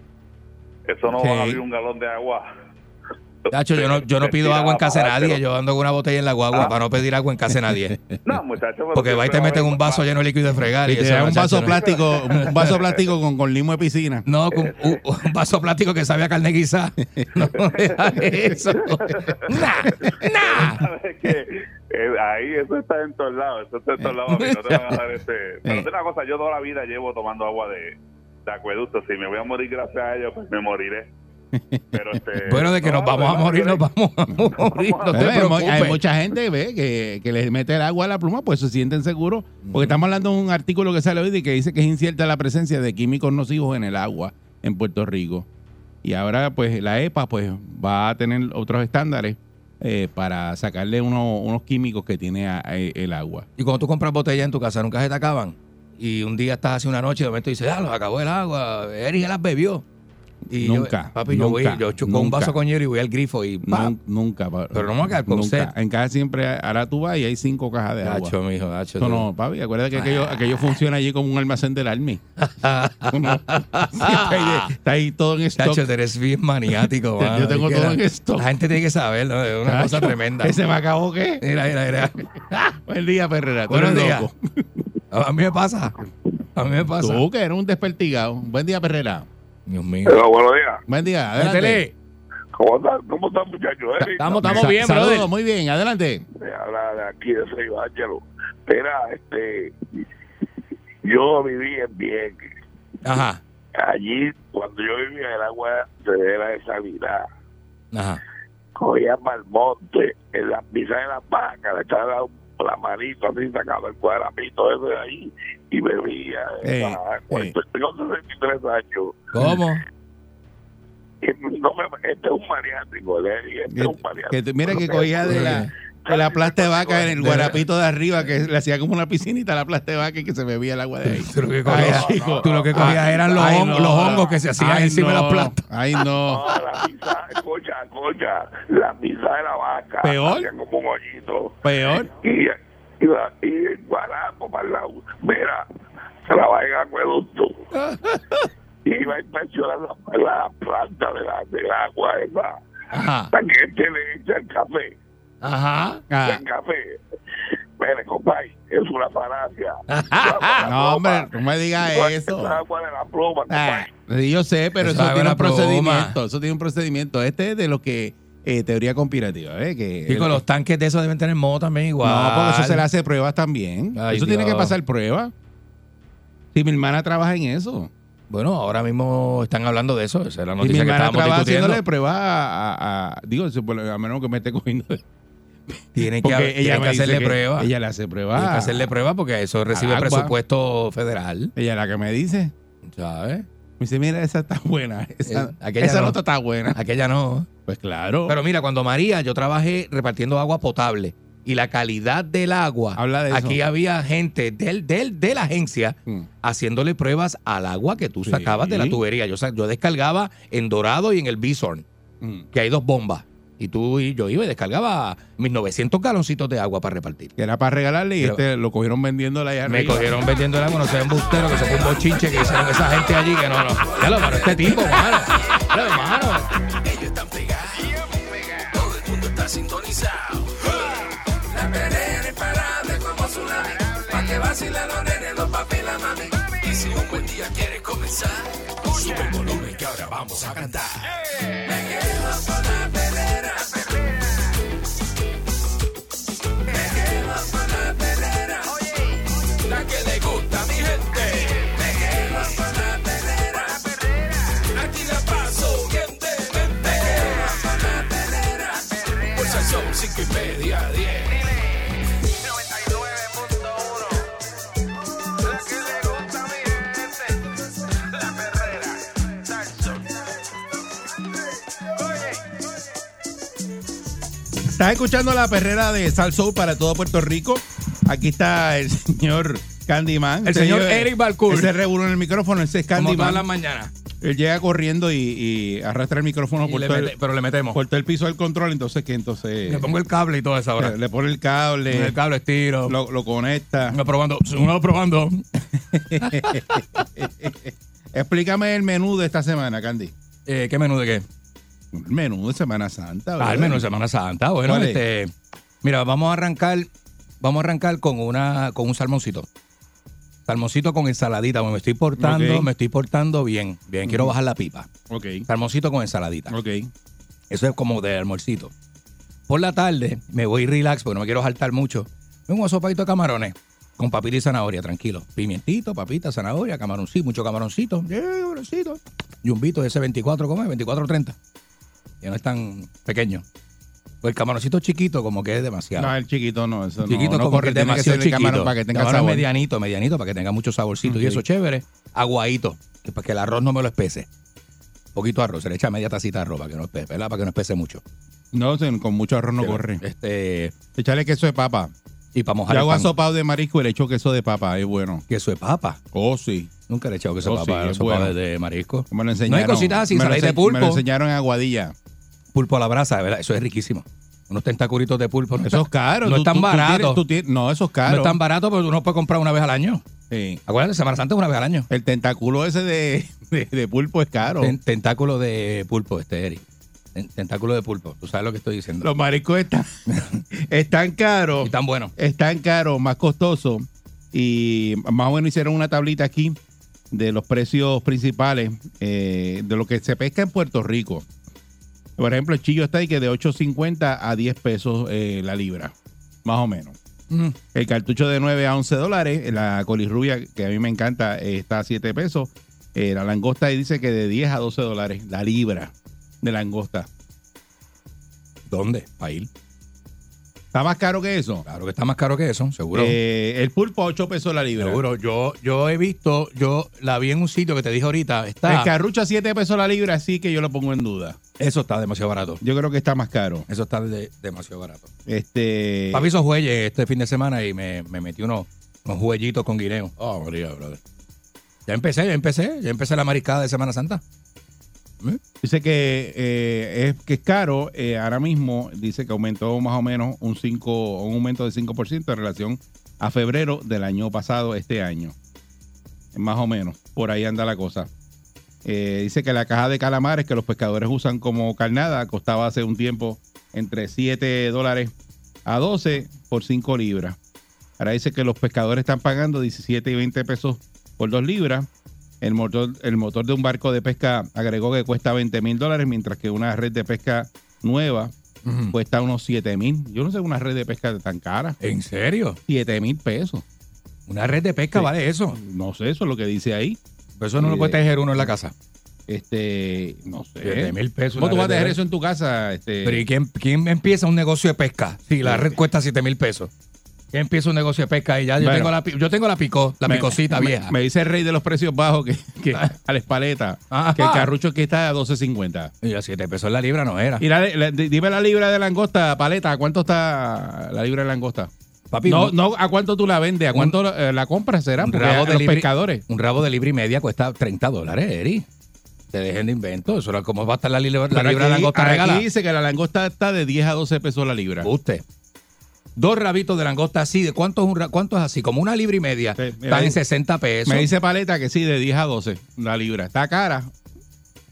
Eso no va a Sí. abrir un galón de agua. (laughs) Tacho, yo no, yo no pido agua en casa de nadie, Destila yo ando con una botella en la guagua Ah. para no pedir agua en casa de (laughs) nadie. para dártelo. No, muchachos. pero Porque siempre va y te va a meten haber- un (laughs) vaso lleno de líquido de fregar. Y, Y te eso, dan un muchacho, vaso no- plástico, un vaso plástico con, con limo de piscina. (laughs) No, con un, un vaso plástico que sabe a carne guisada. (laughs) No me da eso. Nah, nah. ¿Sabes qué? Eh, ahí eso está en todos lados, eso está en todos lados. papi, No te van a dar (laughs) ese. Pero es una cosa, yo toda la vida llevo tomando agua de, de acueducto. Si me voy a morir gracias a ello, pues me moriré. Pero este, (laughs) Bueno, de que nos no, vamos a ¿verdad? morir, nos vamos a (laughs) morir. No te Pero hay, mo- hay preocupes. mucha gente ve que, que les mete el agua a la pluma, pues se sienten seguros. Porque estamos hablando de un artículo que sale hoy de que dice que es incierta la presencia de químicos nocivos en el agua en Puerto Rico. Y ahora, pues, la EPA pues va a tener otros estándares eh, para sacarle uno- unos químicos que tiene a- a- el agua. Y cuando tú compras botella en tu casa, nunca se te acaban. Y un día estás así una noche y de momento dices, ah, los acabó el agua, Eri se las bebió. Y yo, Nunca, papi, yo voy, nunca, yo chupo un nunca. vaso con hielo y voy al grifo y pa, Nun- nunca. pa- Pero no me voy a quedar con nunca. sed. En casa siempre hará tu va y hay cinco cajas de agua. Hacho, mijo, hacho. No, tú. no, papi, acuérdate que Ah. aquello, aquello funciona allí como un almacén del Army. Uno- (laughs) está, ahí, está ahí todo en stock. Tacho, tú eres bien maniático, Yo mano. Es tengo que todo la- en stock. La gente tiene que saberlo, es una cosa Tacho, tremenda. Ese me acabó que. (laughs) Mira, mira, mira. Buen día, Ferrera. tú Buenos eres días. loco. A mí me pasa. A mí me pasa. Tú que eres un despertigado. Buen día, Perrera. Dios mío. Pero buenos días. Buen día. Adelante. ¿Cómo están, cómo están muchachos? Eric? Estamos, Sa- estamos bien, saludos, brother. muy bien. Adelante. Me habla de aquí de Soy Báchalo. Espera, este, yo viví en Vieques. Ajá, Allí, cuando yo vivía, el agua se era desalinada. ajá. Cogía para el monte, en las pisas de las vacas, le echaba la, la manito así, sacaba el cuadramito ese de ahí y bebía. Eh, esa agua. eh. Tengo 63 años. ¿Cómo? Y no me- este es un maniático, Larry, este es un maniático. Que tú- mira que cogía de la, de la plasta de vaca en el guarapito de arriba, que le hacía como una piscinita a la plasta de vaca y que se bebía el agua de ahí. Tú lo que cogías, Ay, chico. tú lo que cogías Ay, eran los, ay, hongos- no. los hongos que se hacían Ay, encima de no. las plantas. Ay, no. No, la (laughs) pizza, escucha, escucha, la pizza de la vaca. Peor. hacían como un hoyito. (laughs) Peor. Y, y, la- y el guarapo para el lado. Mira, trabajé en acueducto. (laughs) Iba a inspeccionar la, la planta de la, del agua esa. Ajá, La gente le echa el café. ajá. Ah, El café. Mire, compadre, es una falacia. no, hombre, no me digas eso. El agua de la pluma, Ah, compadre. sí, yo sé, pero Eso eso, es tiene una un procedimiento. broma. Eso tiene un procedimiento. Este es de los que eh, teoría conspirativa, ¿eh? Que Chicos, los tanques de esos deben tener moho también igual. No, porque eso se le hace pruebas también. Ay, eso tiene Dios. que pasar pruebas. Si mi hermana trabaja en eso. Bueno, ahora mismo están hablando de eso. Esa es la Si mi noticia que hermana estábamos trabaja discutiendo. haciéndole pruebas a, a- a- digo, se- por lo- a menos que me esté cogiendo. Tienen que, Porque tienen ella me que dice hacerle que prueba. Ella le hace pruebas. Tienen que hacerle prueba porque eso recibe Ah. agua. presupuesto federal. Ella es la que me dice. ¿Sabes? Me dice, mira, esa está buena. Esa, Eh, aquella esa no. nota está buena. Aquella no. Pues claro. Pero mira, cuando María, yo trabajé repartiendo agua potable y la calidad del agua. Habla de eso. Aquí había gente del, del, de la agencia Mm. haciéndole pruebas al agua que tú Sí. sacabas de la tubería. Yo, sa- yo descargaba en Dorado y en el Bison, Mm. que hay dos bombas. Y tú y yo iba y descargaba mis 900 galoncitos de agua para repartir. Que era para regalarle y Pero- este lo cogieron vendiéndola allá Me arriba. cogieron vendiendo el agua, no sé, embustero, que se fue un bochinche que hicieron esa gente allí, que no, no. Ya lo, pero este tipo, mano. Ya lo, mano. Ellos están pegados. Todo el mundo está sintonizado. La perrera imparable como tsunami. Pa' que vacilen los nenes, los papi y la mami. Y si un buen día quieres comenzar, sube el volumen que ahora vamos a cantar. Me quedo con la perrera. Me quedo con la perrera. La que le gusta a mi gente. Me quedo con la perrera. Aquí la paso bien de mente. Pues ya son cinco y media, diez. 99.1. La que le gusta a mi gente. La perrera. Salsón. Oye. Estás escuchando la perrera de Sal Soul para todo Puerto Rico. Aquí está el (laughs) señor Candyman. El Este señor yo- Eric Balcour. Él se reúne en el micrófono, ese es Como todas Candyman. las mañanas. Él llega corriendo y, y arrastra el micrófono Y por le todo, mete- el, pero le metemos. por todo el piso del control. Entonces, que entonces Le pongo el cable y todo eso ahora. le, le pone el cable, El cable estiro. lo, lo conecta. Uno probando. Uno probando. Explícame el menú de esta semana, Candy. Eh, ¿Qué menú de qué? El menú de Semana Santa. Ah, el brother. menú de Semana Santa. Bueno, ¿Cuál es? este. Mira, vamos a arrancar. Vamos a arrancar con una con un salmoncito. Salmoncito con ensaladita. Me estoy portando, Ok. me estoy portando bien. Bien, quiero bajar la pipa. Ok, Salmoncito con ensaladita. ok. Eso es como de almuercito. Por la tarde me voy relax porque no me quiero saltar mucho. Vengo a sopadito de camarones con papita y zanahoria, tranquilo. Pimientito, papita, zanahoria, camaroncito, mucho camaroncito. Yeah, camaroncito. Yumbito de ese 24, ¿cómo es? 24 30. Ya no es tan pequeño. Pues el camaroncito chiquito como que es demasiado. No, el chiquito no, eso no- chiquito no, como corre, que es tiene que ser demasiado el chiquito. camarón para que tenga Camarón sabor. medianito, medianito para que tenga mucho saborcito y Ok. eso chévere. Aguadito, que para que el arroz no me lo espese. Poquito arroz, se le echa media tacita de arroz para que no espese, ¿verdad? Para que no espese mucho. No, se- con mucho arroz no corre. Este, Echale queso de papa. y para mojar Yo hago el pan. asopado de marisco y le echo queso de papa, es bueno. Queso de papa. Oh, sí. Nunca le he echado queso Oh, de sí, papa, es sopa bueno. de, de marisco. Me lo No enseñaron. hay cositas así, Me lo ensaladita de ense- Me lo pulpo. enseñaron en Aguadilla. Pulpo a la brasa, ¿verdad? Eso es riquísimo. Unos tentacuritos de pulpo. No Eso es está- caro. No Tú- es tan tú- tú tienes- barato. tú tienes- no, eso es No caro. es tan barato, pero uno puede comprar una vez al año. Sí. Acuérdate, Semana Santa es una vez al año. El tentáculo ese de, (laughs) de- de pulpo es caro. Ten- tentáculo de pulpo, este, Eric. Ten- tentáculo de pulpo. Tú sabes lo que estoy diciendo. Los mariscos están, (laughs) están caros. Y tan bueno. Están caros, más costosos. Y más o menos hicieron una tablita aquí de los precios principales eh, de lo que se pesca en Puerto Rico. Por ejemplo, el chillo está ahí que de 8.50 a 10 pesos eh, la libra, más o menos. El cartucho de 9 a 11 dólares. La colirrubia, que a mí me encanta, eh, está a 7 pesos. Eh, la langosta ahí dice que de 10 a 12 dólares. La libra de langosta. ¿Dónde? Para ir. ¿Está más caro que eso? Claro que está más caro que eso, seguro. Eh, el pulpo a 8 pesos la libra. seguro. Yo, yo he visto, yo la vi en un sitio que te dije ahorita. El Está, carrucho a 7 pesos la libra, así que yo lo pongo en duda. eso está demasiado barato. Yo creo que está más caro. Eso está de- demasiado barato. Este. Papi hizo jueyes este fin de semana y me, me metí unos, unos jueguitos con guineo. Oh, María, brother. Ya empecé, ya empecé, ya empecé la mariscada de Semana Santa. Dice que, eh, es, que es caro. eh, ahora mismo dice que aumentó más o menos un 5, un aumento de 5% en relación a febrero del año pasado, este año. Más o menos. Por ahí anda la cosa. Eh, dice que la caja de calamares que los pescadores usan como carnada costaba hace un tiempo entre 7 dólares a 12 por 5 libras. Ahora dice que los pescadores están pagando 17 y 20 pesos por 2 libras. El motor, el motor de un barco de pesca agregó que cuesta 20 mil dólares, mientras que una red de pesca nueva Mm. cuesta unos 7 mil. Yo no sé una red de pesca tan cara. ¿En serio? 7 mil pesos. Una red de pesca Sí. vale eso. No sé, eso es lo que dice ahí. Pero eso no lo puede tejer uno en la casa. Este, no sé. Siete mil pesos. ¿Cómo una tú vas a red de dejar red. eso en tu casa? Este, Pero ¿y quién, quién empieza un negocio de pesca? Si la red cuesta 7 mil pesos. ¿Quién empieza un negocio de pesca? Y ya yo Bueno. tengo la, pi- yo tengo la, pico, la me- picosita me- vieja. Me dice el rey de los precios bajos (laughs) que, que (laughs) a la espaleta, Ajá. que el carrucho que está a 12.50. Y a 7 pesos la libra no era. Y la- la- di- dime la libra de langosta, paleta, ¿a cuánto está la libra de langosta? Papi, no, un- no, ¿a cuánto tú la vendes? ¿A cuánto la, eh, la compras será? un Porque rabo a de los libra- pescadores. Un rabo de libra y media cuesta 30 dólares, Eri. te dejen de invento. Eso era como va a estar la, li- la Pero libra de aquí- langosta aquí regalada. dice que la langosta está de 10 a 12 pesos la libra. Usted. Dos rabitos de langosta así, ¿de cuánto es, un ra- cuánto es así? Como una libra y media. Sí, mira Están ahí. en 60 pesos. Me dice Paleta que sí, de 10 a 12 la libra. Está cara.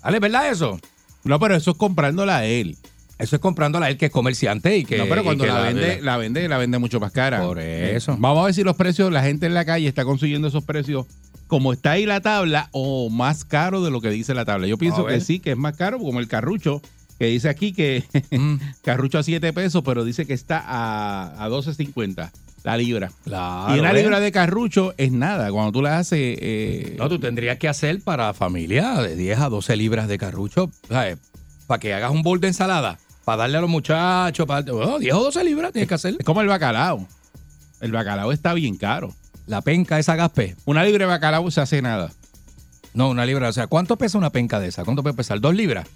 Ale, ¿verdad eso? No, pero eso es comprándola a él. Eso es comprándola a él que es comerciante y que. no, pero y cuando que la, vende, la vende, la vende mucho más cara. Eh, Por eso. Vamos a ver si los precios, la gente en la calle está consiguiendo esos precios como está ahí la tabla o más caro de lo que dice la tabla. Yo pienso A que ver. sí, que es más caro, como el carrucho, que dice aquí que (laughs) Mm, carrucho a 7 pesos, pero dice que está a, a 12.50 la libra. claro. y una ¿ves? libra de carrucho es nada. Cuando tú la haces... eh, No, tú tendrías que hacer para familia de 10 a 12 libras de carrucho, ¿sabes? Para que hagas un bol de ensalada, para darle a los muchachos, para... oh, 10 o 12 libras tienes que hacer. es como el bacalao. El bacalao está bien caro. La penca esa gaspe. Una libra de bacalao se hace nada. No, una libra. O sea, ¿cuánto pesa una penca de esa? ¿Cuánto puede pesar? ¿Dos libras?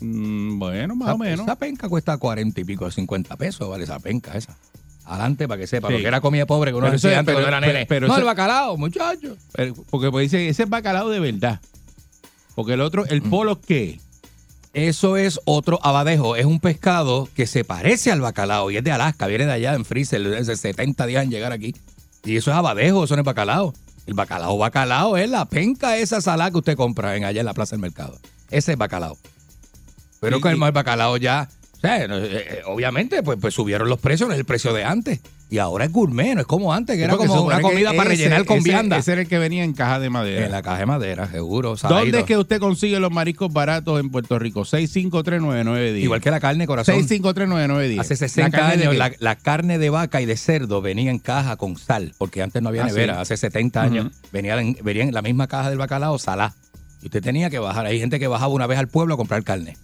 Mm, bueno, más o Esa- menos. Esa penca cuesta 40 y pico, 50 pesos, vale esa penca esa. Adelante para que sepa, Sí. porque era comida pobre que uno Pero eso- decía antes pero- cuando era pero- nene. pero no, eso- el bacalao, muchachos. Pero- Porque pues, dice, ese es bacalao de verdad. Porque el otro, Mm. el polo, ¿qué? Eso es otro abadejo. Es un pescado que se parece al bacalao y es de Alaska. Viene de allá en freezer. Hace 70 días en llegar aquí. Y eso es abadejo, eso no es bacalao. El bacalao, bacalao es la penca esa salada que usted compra en allá en la plaza del mercado. Ese es bacalao. Pero Y- con el y- mal bacalao ya. o sea, no, eh, eh, obviamente, pues, pues subieron los precios, no es el precio de antes. Y ahora es gourmet, no es como antes, que era Porque como supone una que comida para ese- rellenar con ese- vianda. Ese era el que venía en caja de madera. en la caja de madera, seguro. ¿Dónde saladito. es que usted consigue los mariscos baratos en Puerto Rico? 6539910. Igual que la carne, corazón. 6539910. Hace ¿La 60 carne de años qué? la, la carne de vaca y de cerdo venía en caja con sal, porque antes no había Ah, nevera. sí. Hace 70 años venía en, venía en la misma caja del bacalao salá. Y usted tenía que bajar. Hay gente que bajaba una vez al pueblo a comprar carne.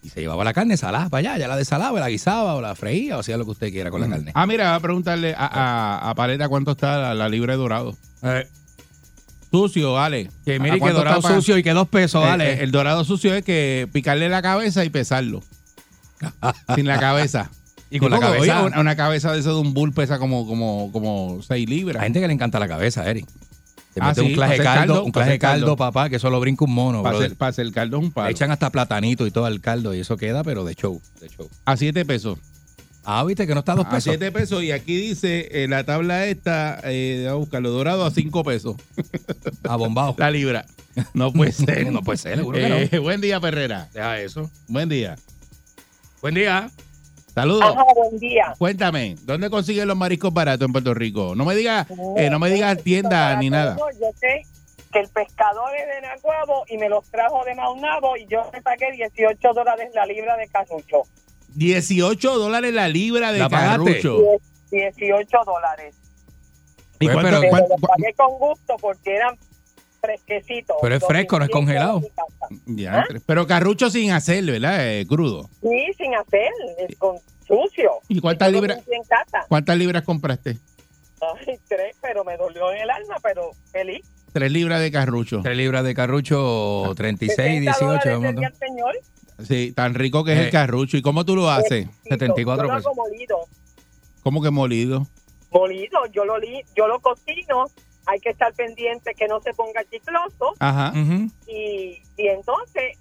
Y se llevaba la carne salá para allá. Ya la desalaba, la guisaba o la freía o hacía lo que usted quiera con la carne. Ah, mira, va a preguntarle a, a- a Paleta cuánto está la, la libra de dorado. Sucio, vale. Eh. que ¿A mire que cuánto dorado está pa- sucio y que dos pesos, Eh, vale. eh, El, dorado sucio es que picarle la cabeza y (laughs) pesarlo. Sin la cabeza. Y con la Porque, oye, cabeza. una, una cabeza de eso de un bull pesa como, como, como 6 libras. eh, Hay gente que le encanta la cabeza, Eric. Se Ah, mete sí, un clase de para hacer caldo, caldo, para un clase de hacer caldo. caldo, papá, que eso lo brinca un mono, para, brother. hacer, para hacer caldo es un Le palo. echan hasta platanito y todo al caldo y eso queda, pero de show, de show. A 7 pesos. Ah, viste que no está a dos A pesos. 7 pesos. Y aquí dice eh, la tabla esta, eh, a buscarlo dorado a 5 pesos. (laughs) A bombao. La libra. (laughs) No (laughs) puede ser. No puede ser, seguro que Eh, Buen día, Perrera. Deja eso. Buen día. Buen día. Saludos. Ajá, buen día. Cuéntame, ¿dónde consiguen los mariscos baratos en Puerto Rico? No me digas eh, no me digas Yo tienda barato, ni nada. no, Yo sé que el pescador es de Naguabo y me los trajo de Maunabo y yo me saqué 18 dólares la libra de carrucho. 18 dólares la libra de ¿La pagaste? carrucho. 18 dólares. ¿Y Pues, cuánto- pero- Pero cuánto- los pagué con gusto porque eran fresquecitos. Pero es Los fresco, no es hice en congelado. mi casa. Ya, entre- Pero carrucho sin hacer, ¿verdad? Eh, crudo. Sí, sin hacer, es con sucio. ¿Y cuántas Yo lo libras, hice en casa. cuántas libras compraste? Ay, tres, pero me dolió en el alma, pero feliz. Tres libras de carrucho. Tres libras de carrucho, 36, 60 18. dólares un decía montón. el señor. Sí, tan rico que es el Eh. carrucho. ¿Y cómo tú lo haces? Fresquecito. 74 Yo lo hago pesos. molido. ¿Cómo que molido? molido, yo lo li- yo lo cocino, hay que estar pendiente que no se ponga chicloso Ajá. Ujú. y, y entonces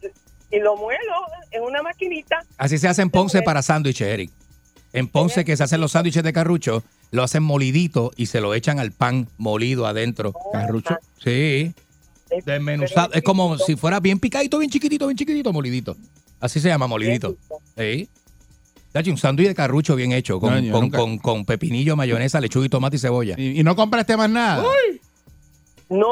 y lo muelo en una maquinita. Así se hace en Ponce para sándwiches, Eric. En Ponce que se hacen los sándwiches de carrucho, lo hacen molidito y se lo echan al pan molido adentro. Carrucho. Sí, Oh, Es- desmenuzado. pero Es como chiquitito, si fuera bien picadito, bien chiquitito, bien chiquitito, molidito. Así se llama, molidito. chiquitito. Sí. Tacho, un sándwich de carrucho bien hecho, con, No, yo con- nunca- con- con pepinillo, mayonesa, lechuga y tomate y Eh. cebolla. ¿Y, y no compraste más nada? No,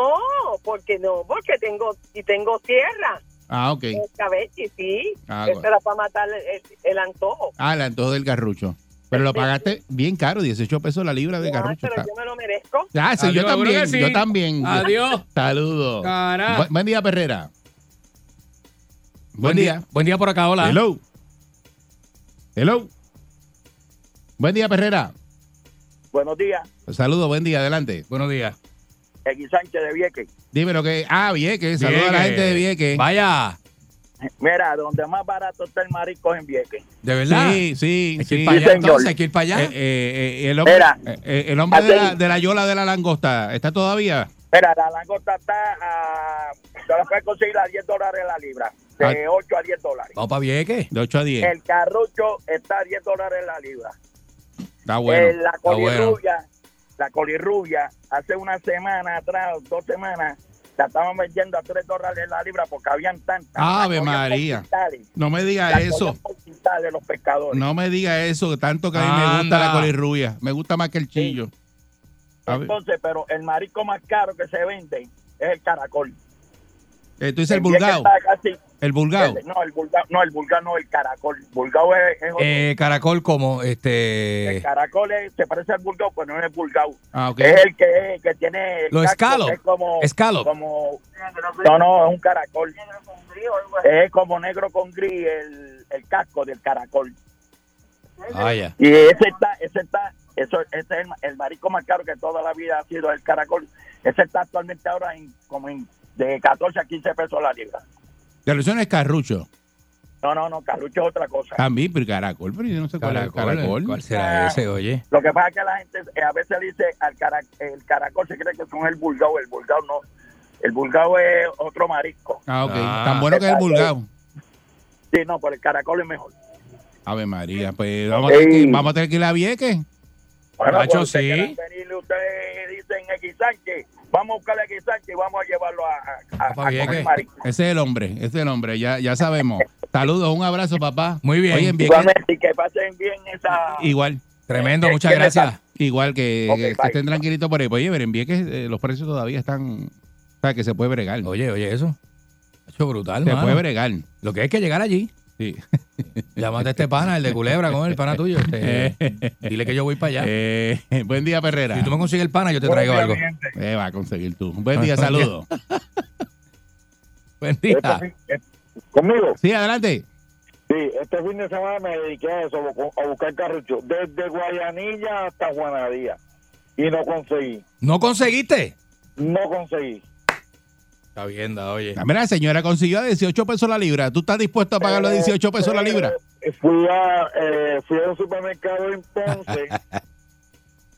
porque no, porque tengo y tengo tierra, Ah, ok. escabeche, sí. Ah, Eso bueno. era para matar el, el antojo. Ah, la antojo del carrucho. Pero lo Sí, pagaste bien caro, 18 pesos la libra de Ah, carrucho. pero está- yo me lo merezco. Ah, sí, yo Adiós, seguro también, que sí. yo también. Adiós. Saludos. Bu- buen día, Perrera. Buen, día. Buen día por acá, hola. Hello. Hello. Buen día, Perrera. Buenos días, Saludos, buen día, adelante. Buenos días. X Sánchez de Vieques. Dime lo que. Ah, Vieques. Saludos a la gente de Vieques. Vaya, Mira, donde más barato está el marisco es en Vieques. de verdad. Sí, sí, Hay que sí. ir para allá señor. entonces, hay que ir para allá. Eh, eh, eh, el hombre, Mira. eh, eh, el hombre de, la, Atento. de la yola de la langosta, ¿está todavía? Mira, la langosta está a. Te la puedes conseguir a 10 dólares la libra. Ah. De 8 a 10 dólares. Vamos para Vieques. De 8 a 10. El carrucho está a 10 dólares la libra. Está bueno. Eh, la está bueno. colirrubia, la colirrubia, hace una semana atrás, dos semanas, la estaban vendiendo a tres dólares la libra porque habían tantas. Ave La cogían por María. quintales, No me diga la eso. cogían por quintales los pescadores. No me diga eso. que Tanto que a mí me gusta Anda. la colirrubia. Me gusta más que el chillo. A ver, Entonces, pero el marisco más caro que se vende es el caracol. eh, tú dices el bien que vulgao. está casi- El vulgao. el- no, el vulgao, no, el vulgao no, el caracol. Vulgao es, es otro. Eh, caracol como El este caracol es- se parece al vulgao, pero no es el vulgao. Ah, ok. Es el que, que tiene. el Lo casco, escalo. Es como. Escalo. como- no, no, es un caracol. Es como negro con gris el, el casco del caracol. vaya Y ese está, ese está, eso, ese es el, el marisco más caro que toda la vida ha sido el caracol. Ese está actualmente ahora en, como en, de 14 a 15 pesos la libra. La ilusión es carrucho. No, no, no, carrucho es otra Ah, cosa. También, pero caracol. Pero yo no sé cuál es el caracol, caracol. ¿cuál será Ah. ese oye Lo que pasa es que la gente eh, a veces le dice al cara- el caracol, se cree que son el vulgao, el vulgao no. El vulgao es otro marisco. Ah, ok. Ah. Tan bueno que es el vulgao. Sí, no, pero el caracol es mejor. Ave María. Pues vamos a tener que, vamos a tener que ir a Vieques. Bueno, Nacho, pues, ustedes sí. quieran venirle, ustedes dicen X Sánchez, vamos a buscarle a X Sánchez y vamos a llevarlo a, a, a- Papá a comer Vieques. marisco. Ese es el hombre. Ese es el hombre. Ya, ya sabemos. Saludos. Un abrazo, papá. Muy bien. Oye, en Vieques- Igualmente, y que pasen bien esa... Igual. tremendo Eh, muchas ¿quién gracias está? Igual que, Ok, que bye. estén tranquilitos por ahí. Pues, oye, pero en Vieques eh, los precios todavía están. O sea, que se puede bregar. oye oye eso ha hecho brutal se mano. puede bregar. lo que hay que llegar allí (laughs) Sí. llámate a este pana el de culebra con el pana tuyo (laughs) este, dile que yo voy para allá Eh, (laughs) buen día, Perrera. si tú me consigues el pana yo te traigo algo Eh, va a conseguir tú. Buen (laughs) día, saludos. buen día ¿Conmigo? Sí, adelante. Sí, este fin de semana me dediqué a eso, a buscar carrucho, desde Guayanilla hasta Juanadía. Y no conseguí, no conseguiste no conseguí. está bien da, oye Ah, Mira, la señora consiguió a 18 pesos la libra. ¿Tú estás dispuesto a pagarlo a 18 pesos la libra? Eh, Fui a, eh, fui a un supermercado en (laughs) Ponce,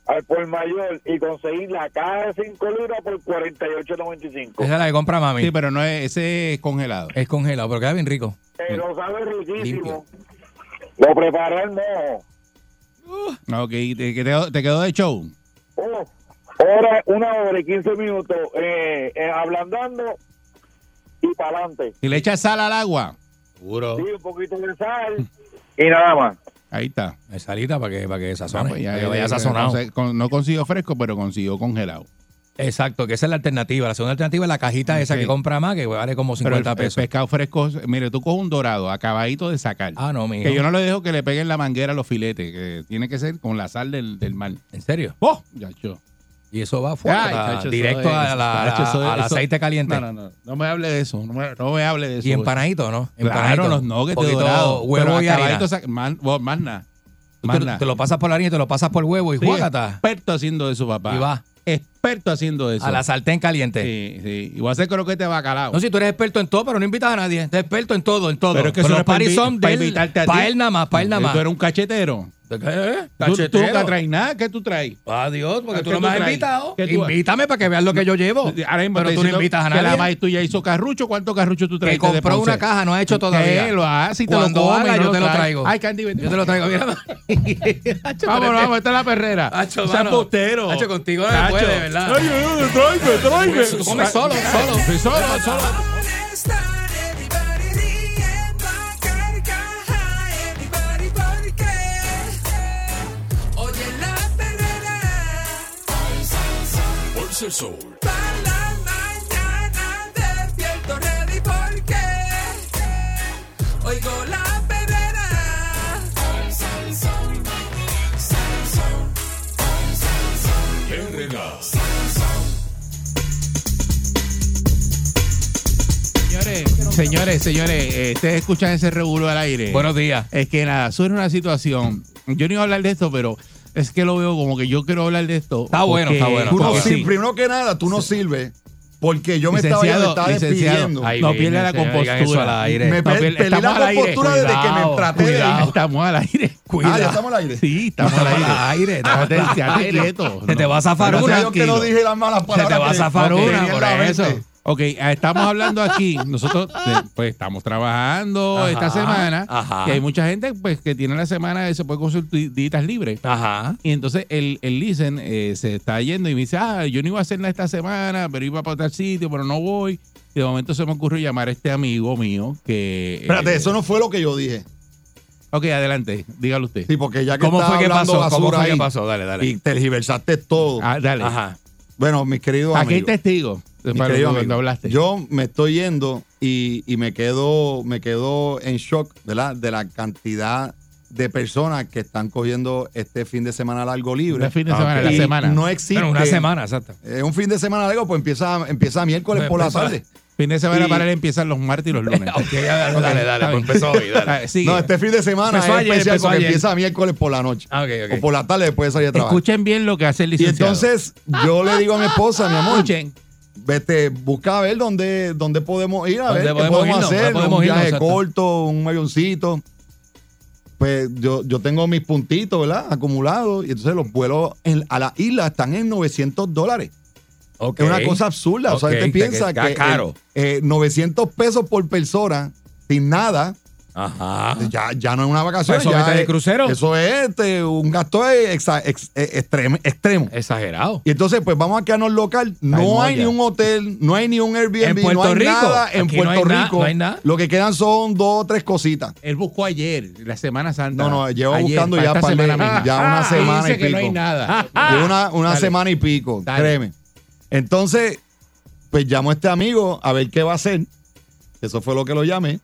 al por mayor, y conseguí la caja de 5 libras por 48.95. esa es la que compra mami Sí, pero no es, ese es congelado. es congelado pero queda bien rico Pero sabe Limpio. riquísimo. Lo preparé el mojo. Ok, te, que te, te quedó de show. Oh, hora, una hora y 15 minutos eh, eh, ablandando y para adelante. Y le echas sal al agua. seguro Sí, un poquito de sal y nada más. Ahí está. salita para que para que sazone Ah, pues ya- para que vaya ya- sazonado No, sé, con- no consiguió fresco, pero consiguió congelado. Exacto, que esa es la alternativa. La segunda alternativa es la cajita esa Sí. que compra más, que vale como Pero 50 el, el pesos. pescado fresco, mire, tú coges un dorado, acabadito de sacar. Ah, no, mijo. que yo no le dejo que le peguen la manguera a los filetes, que tiene que ser con la sal del, del mar. ¿En serio? ¡Oh! Ya, yo. Y eso va fuera, Ay, chacho, eso directo es- a la- chacho, eso es- a- al eso- aceite caliente. No, no, no. No me hable de eso. No me, no me hable de eso. Y empanadito, ¿no? Empanadito. Claro, los nuggets de Poquito dorado. Huevo pero y harina. acabadito sac- man- oh, Más nada. Tú Más te- nada. Te lo pasas por la harina y te lo pasas por huevo y Sí, juácata. Experto haciendo eso, papá. Y va Experto haciendo eso. a la sartén caliente. Sí, sí. Y voy a hacer croquete de bacalao. No, si tú eres experto en todo, pero no invitas a nadie. Tú eres experto en todo, en todo. Pero es que Con eso no los es para parties invi- son para del- invitarte a ti. pa' él nada más, para él nada más. Tú eres un cachetero. ¿Qué? Tú- Tú Cachetero. nunca traes nada. ¿Qué tú traes? Adiós, porque ¿Qué tú no tú me has traes? invitado. ¿Qué tú- Invítame para que veas lo que yo llevo. Ahora mismo Pero estoy tú no diciendo invitas a que la nadie. maíz tuya hizo carrucho. ¿Cuántos carruchos tú Que traes? compró una caja, no ha hecho todavía. Que lo hace y te Cuando lo come, haga, no yo te lo traigo. Ay, Candy, vente. Yo te lo traigo, mira. (laughs) Vámonos, vamos, esta es la perrera. Hacho, O sea, mano. postero. Hacho, contigo no se Hacho. puede, ¿verdad? Pues, Ay, ay, tráeme, tráeme. Tú comes solo, solo. Sí, solo, solo. Oye la perrera. Por el sol. Para la mañana despierto ready porque oigo la perrera. Sal, sol, sal, sol, sal, sol. Sal, sol. Señores, señores, señores, eh, ustedes escuchan ese regulo al aire. Buenos días. es que nada, surge una situación. Yo no iba a hablar de esto, pero es que lo veo como que yo quiero hablar de esto. Está bueno, porque- está bueno. Tú no porque- Sí. sirves. Primero que nada, tú no sirves. Porque yo me estaba, ya me Licenciado, estaba licenciado, despidiendo. Ah, ahí No viene, pierde la señor, digan eso compostura. al aire. Me No, pe- pero perdí la estamos al aire. compostura desde que me traté de- Cuidado, (laughs) estamos al aire. Cuida. Ah, ya estamos al aire. Sí, estamos al aire. estamos Te- te- al aire. quieto. Se te va a zafar Gracias una. a Dios que no Kilo. dije las malas Se palabras. te va a que- zafar que una, tenía en por la mente. eso. Ok, ah, estamos hablando aquí. Nosotros eh, pues estamos trabajando Ajá, esta semana. ajá. Y hay mucha gente pues que tiene la semana y se puede conseguir días libres. Ajá. Y entonces el, el Listen eh, se está yendo y me dice, ah, yo no iba a hacer nada esta semana, pero iba para tal sitio, pero no voy. Y de momento se me ocurrió llamar a este amigo mío que... eh, Espérate, eso no fue lo que yo dije. Ok, adelante, dígalo usted. Sí, porque ya que ¿Cómo estaba fue que hablando pasó? ¿Cómo basura fue que ahí pasó? Dale, dale. y tergiversaste todo. Ah, dale. Ajá. Bueno, mis queridos Aquí hay amigos. testigos. mis Para queridos cuando amigos, hablaste. Yo me estoy yendo y, y me quedo me quedo en shock, ¿verdad? De la cantidad de personas que están cogiendo este fin de semana largo libre. No es fin Ah, de semana, es la Y semana. No existe. Bueno, una semana, exacto. Eh, un fin de semana largo, pues empieza, empieza miércoles pues, por la (laughs) tarde. Fin de semana Y- para él empiezan los martes y (laughs) los lunes. Ok, dale, dale, dale. está pues bien. empezó hoy, (laughs) dale. Ah, sigue. No, este fin de semana Empezó es ayer, especial empezó porque ayer. empieza miércoles por la noche. Ah, ok, ok. O por la tarde después de salir a trabajar. Escuchen bien lo que hace el y licenciado. entonces yo le digo a mi esposa, mi amor, escuchen. vete, busca a ver dónde, dónde podemos ir, a ¿Dónde ver qué podemos podemos, irnos? hacer, ¿Dónde podemos un irnos? viaje Exacto. corto, un avioncito. Pues yo, yo tengo mis puntitos, ¿verdad? Acumulados. Y entonces los vuelos en- a la isla están en 900 dólares. Ok. Es una cosa absurda. Ok, o sea, que- te piensa que que, está caro. eh, eh, 900 pesos por persona, sin nada, Ajá. ya, ya no es una vacación. Pues eso ya vete de es- crucero. Eso es este, un gasto exa- ex- eh, extremo- extremo. Exagerado. Y entonces, pues vamos a quedarnos local. No Ay, no, hay ya. ni un hotel, no hay ni un Airbnb, En no Puerto hay Rico. nada en Aquí no Puerto hay na- Rico. no hay nada. Lo que quedan son dos o tres cositas. Él buscó ayer, la Semana Santa. No, no, llevo Ayer, buscando ya esta par de- misma. ya una Ah, semana dice y que no hay pico. nada. (laughs) De una una Dale. semana y pico, Dale. créeme. Entonces, pues llamo a este amigo a ver qué va a hacer. Eso fue lo que lo llamé.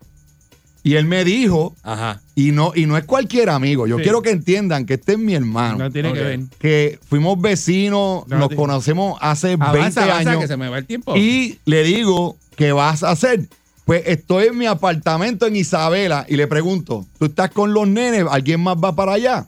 Y él me dijo, Ajá. y no, y no es cualquier amigo. Yo Sí. quiero que entiendan que este es mi hermano. No tiene que Ok. ver. que fuimos vecinos, No, Ah, nos ti- conocemos hace 20 Avanza, avanza, años. que se me va el tiempo. Y le digo, ¿qué vas a hacer? Pues estoy en mi apartamento en Isabela y le pregunto, ¿tú estás con los nenes? ¿Alguien más va para allá?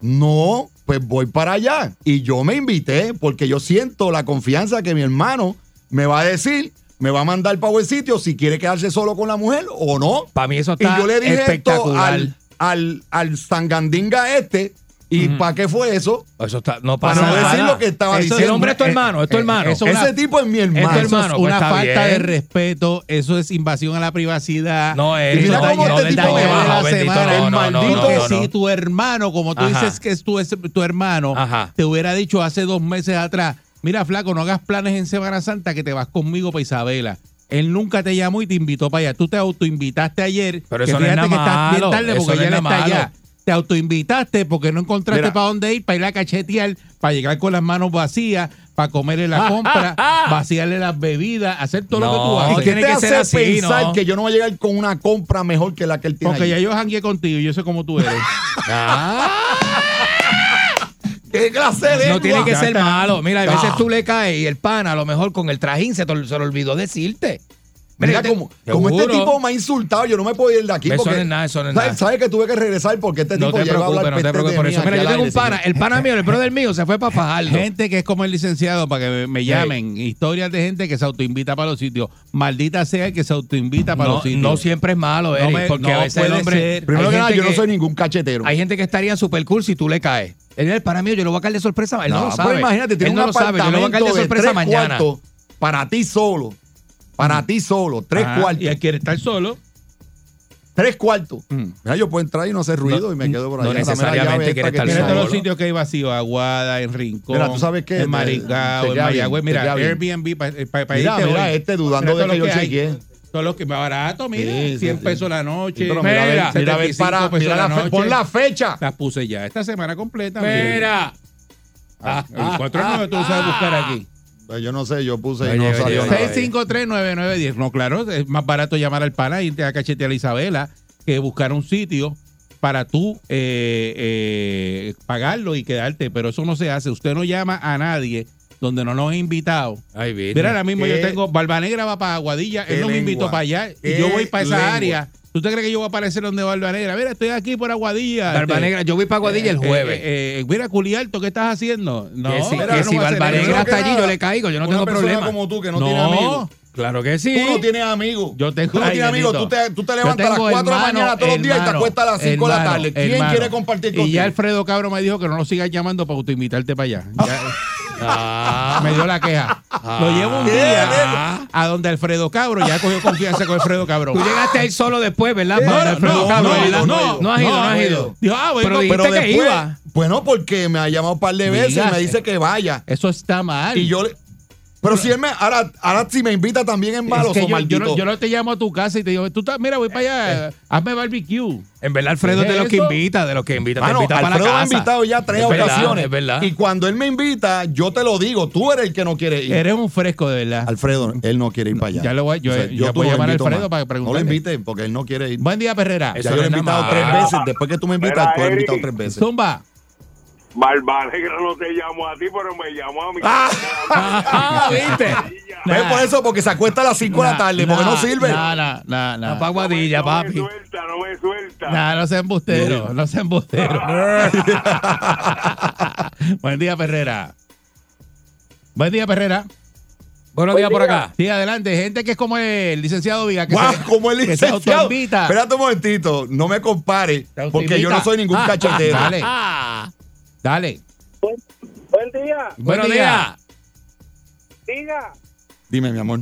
No, pues voy para allá. Y yo me invité porque yo siento la confianza que mi hermano me va a decir, me va a mandar para buen sitio si quiere quedarse solo con la mujer o no. Para mí eso Y está yo le dije esto espectacular. al, al, al Sangandinga este. ¿Y para qué fue eso? Eso está, no Para pasa no nada. decir lo que estaba Eso- El diciendo. hombre es tu hermano, es tu Eh, hermano. eso- Ese una- tipo es mi tu hermano. Eso es hermano, pues, una está falta de bien. respeto, eso es invasión a la privacidad. No, Y eso mira no, cómo no, este del tipo daño me va a bajo, la bendito, semana. no, no, no, Porque no, no, si no. tu hermano, como tú Ajá. dices que es tu, es tu hermano, Ajá. te hubiera dicho hace dos meses atrás, mira flaco, no hagas planes en Semana Santa que te vas conmigo para Isabela. Él nunca te llamó y te invitó para allá. Tú te autoinvitaste ayer. Pero que eso no es fíjate nada que estás bien malo, tarde eso porque no ya es él nada está allá. malo. Te autoinvitaste porque no encontraste Mira. para dónde ir, para ir a cachetear, para llegar con las manos vacías, para comerle (laughs) la compra, vaciarle las bebidas, hacer todo lo que tú No, haces. ¿Y No, qué tiene te que hace ser así, pensar ¿no? que yo no voy a llegar con una compra mejor que la que él tiene? Porque ahí? ya yo jangué contigo y yo sé cómo tú (laughs) eres. ¿Qué clase de No tiene que lengua? ser malo. Mira, a veces Ah. tú le caes y el pan, a lo mejor con el trajín se, te- se le olvidó decirte. Mira, yo te- como, como este Seguro. tipo me ha insultado, yo no me puedo ir de aquí. Eso porque, no es nada, eso no es ¿sabes, nada. ¿Sabes que tuve que regresar porque este No tipo te llegó a preocupes, hablar no te peste preocupes de por mí eso. aquí Mira, yo al tengo aire, un pana, señor? el pana mío, el brother mío se fue para Fajardo. gente que es como el licenciado, para que me, me llamen. Historias de gente que se autoinvita para los sitios. Maldita sea el que se autoinvita para No, los sitios. no siempre es malo, Eric, me- porque no a veces el puede hombre... ser. Primero hay que nada, gente yo no que- soy ningún cachetero. Hay gente que estaría en super cool si tú le caes. Él es el pana mío, yo lo voy a caer de sorpresa. Él no, No, lo Ah, pero sabe. imagínate, tiene Él no un lo sabe, yo lo voy a caer apartamento de de sorpresa tres mañana. Mm. cuartos para ti solo. Para ti solo, tres Ah, Y cuartos. él quiere estar solo. Tres cuartos. Mira, yo puedo entrar y no hacer ruido y me quedo por Mm. no allá. Dame la llave necesariamente esta quiere que estar tiene Mira todos solo. los sitios que hay vacío, Aguada, en Rincón, Mira, tú sabes que en te- te Maricao, en queda bien, Mayagüez. te Mira, queda bien. Airbnb eh, para Mira, mira, este dudando de que yo chequeé. Todos los que más barato, mira, Sí, sí, 100 sí. pesos la noche. Sí, pero mira, mira, mira, a ver 75 para, pesos mira la, la fe- noche. pon la fecha. Las puse ya esta semana completa. Mira. el 4 tú lo sabes buscar aquí. Pues Yo no sé, yo puse Oye, y no oye, salió oye. nada. 6539910. No, claro, es más barato llamar al pana y irte a cachetear a Isabela que buscar un sitio para tú eh, eh, pagarlo y quedarte. Pero eso no se hace. Usted no llama a nadie donde no nos ha invitado. Ay, Virgen. Mira, ahora mismo yo Qué- tengo Barba Negra va para Aguadilla, qué él no me invitó lengua, para allá y qué yo voy para esa lengua. área. ¿Tú te crees que yo voy a aparecer donde Barba Negra? Mira, estoy aquí por Aguadilla. Barba este, Negra, Ah, yo voy para Guadilla el eh, jueves. eh, eh, mira, Culialto, ¿qué estás haciendo? No, que si, mira, que yo no si voy a hacer Barba eso. Negra Primero que está allí, nada, yo le caigo, yo no Una tengo persona problema. como tú que no, tiene amigos. Claro que sí. Tú no tienes amigos. Yo tengo Tú no Ay, tienes amigos. Tú bendito. te, tú te Yo levantas a las tengo 4 de la hermano, mañana todos los días y te hermano, acuestas a las 5 de la hermano, tarde. ¿Quién hermano. quiere compartir Y ya contigo? Ah. Alfredo Cabro me dijo que no lo sigas llamando para autoinvitarte para allá. Ya- Ah. me dio la queja. Lo llevo un día a donde Alfredo Cabro ya cogió confianza con Alfredo Cabro. Eh, Tú llegaste ahí solo después, ¿verdad? Para Alfredo no, Cabro, no, no, ¿verdad? no, no has ido, no has no, ido. Dijo, ah, bueno, Pero dijiste que iba. Bueno, porque me ha llamado un par de veces y Dígase. me dice que vaya. eso está mal. Y yo le- Pero si él me. Ahora, ahora si me invita también es Es malo, so que yo, yo no, maldito. yo no te llamo a tu casa y te digo, tú estás- mira, voy para allá, hazme barbecue. Eh, En verdad, Alfredo es de los que ¿Eso? invita, de los que invita. Mano, te invita para la Alfredo me ha casa. invitado ya tres Es verdad, ocasiones. Es verdad. Y cuando él me invita, yo te lo digo, tú eres el que no quiere ir. Eres un fresco, de verdad. Alfredo, él no quiere ir para allá. ya lo voy- yo- yo tú voy a no lo llamar a invito Alfredo más. para No lo preguntarle. inviten porque él no quiere ir. Buen día, Perrera. ya yo lo he no es invitado nada tres malo. veces. Después que tú me invitas, Mira, tú lo has invitado Eric. tres veces. Zumba. Barbanegra no te llamó a ti, pero me llamó a mi (laughs) Ah, ¿viste? Ve por eso, porque se acuesta a las 5 de la tarde, porque no sirve. No, no, no, La Ah, no. paguadilla, no me papi. suelta, no me suelta. No, no sea embustero, no sea embustero. (laughs) Buen día, Perrera. Buen día, Perrera. Buenos días por acá. Sí, adelante. Gente que es como el licenciado Viga, que Guau, se, como el que se licenciado. autoinvita. Espérate un momentito, no me compare, Se autoinvita. porque yo no soy ningún Ah, cachetero. Dale. Dale. Buen día, Buenos Buen días. diga. Dime, mi amor,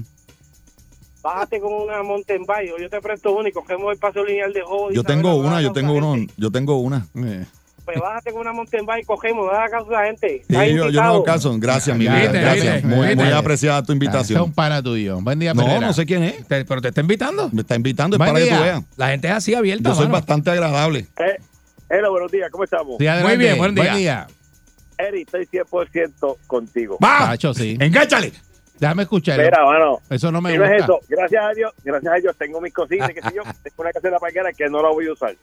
Bájate con una mountain bike. o Yo te presto una y cogemos el paso lineal de Jodi. yo tengo una, yo tengo una, yo tengo una. Eh, Pues bájate con una mountain bike, cogemos, no hagas caso a la gente. Sí, Está yo, yo no invitado. hago caso. Gracias, mi vida. Viste, Gracias. viste, Muy, viste. muy apreciada tu ese Es invitación. un pana tuyo. Buen día, No, Perrera. no sé quién es. Te- pero te está invitando. Me está invitando, es Buen para que tú día. veas. La gente es así abierta. Yo soy mano. bastante agradable. Eh, hola, buenos días, ¿cómo estamos? Sí, adelante. Muy bien, buen día. Eri, estoy 100% contigo. ¡Va! Pacho, sí. ¡Engánchale! Déjame escucharlo. Mira, mano, Eso no me dime gusta. eso. Gracias a Dios, gracias a Dios, tengo mis cositas, qué sé yo. Tengo una casera parquera que no la voy a usar.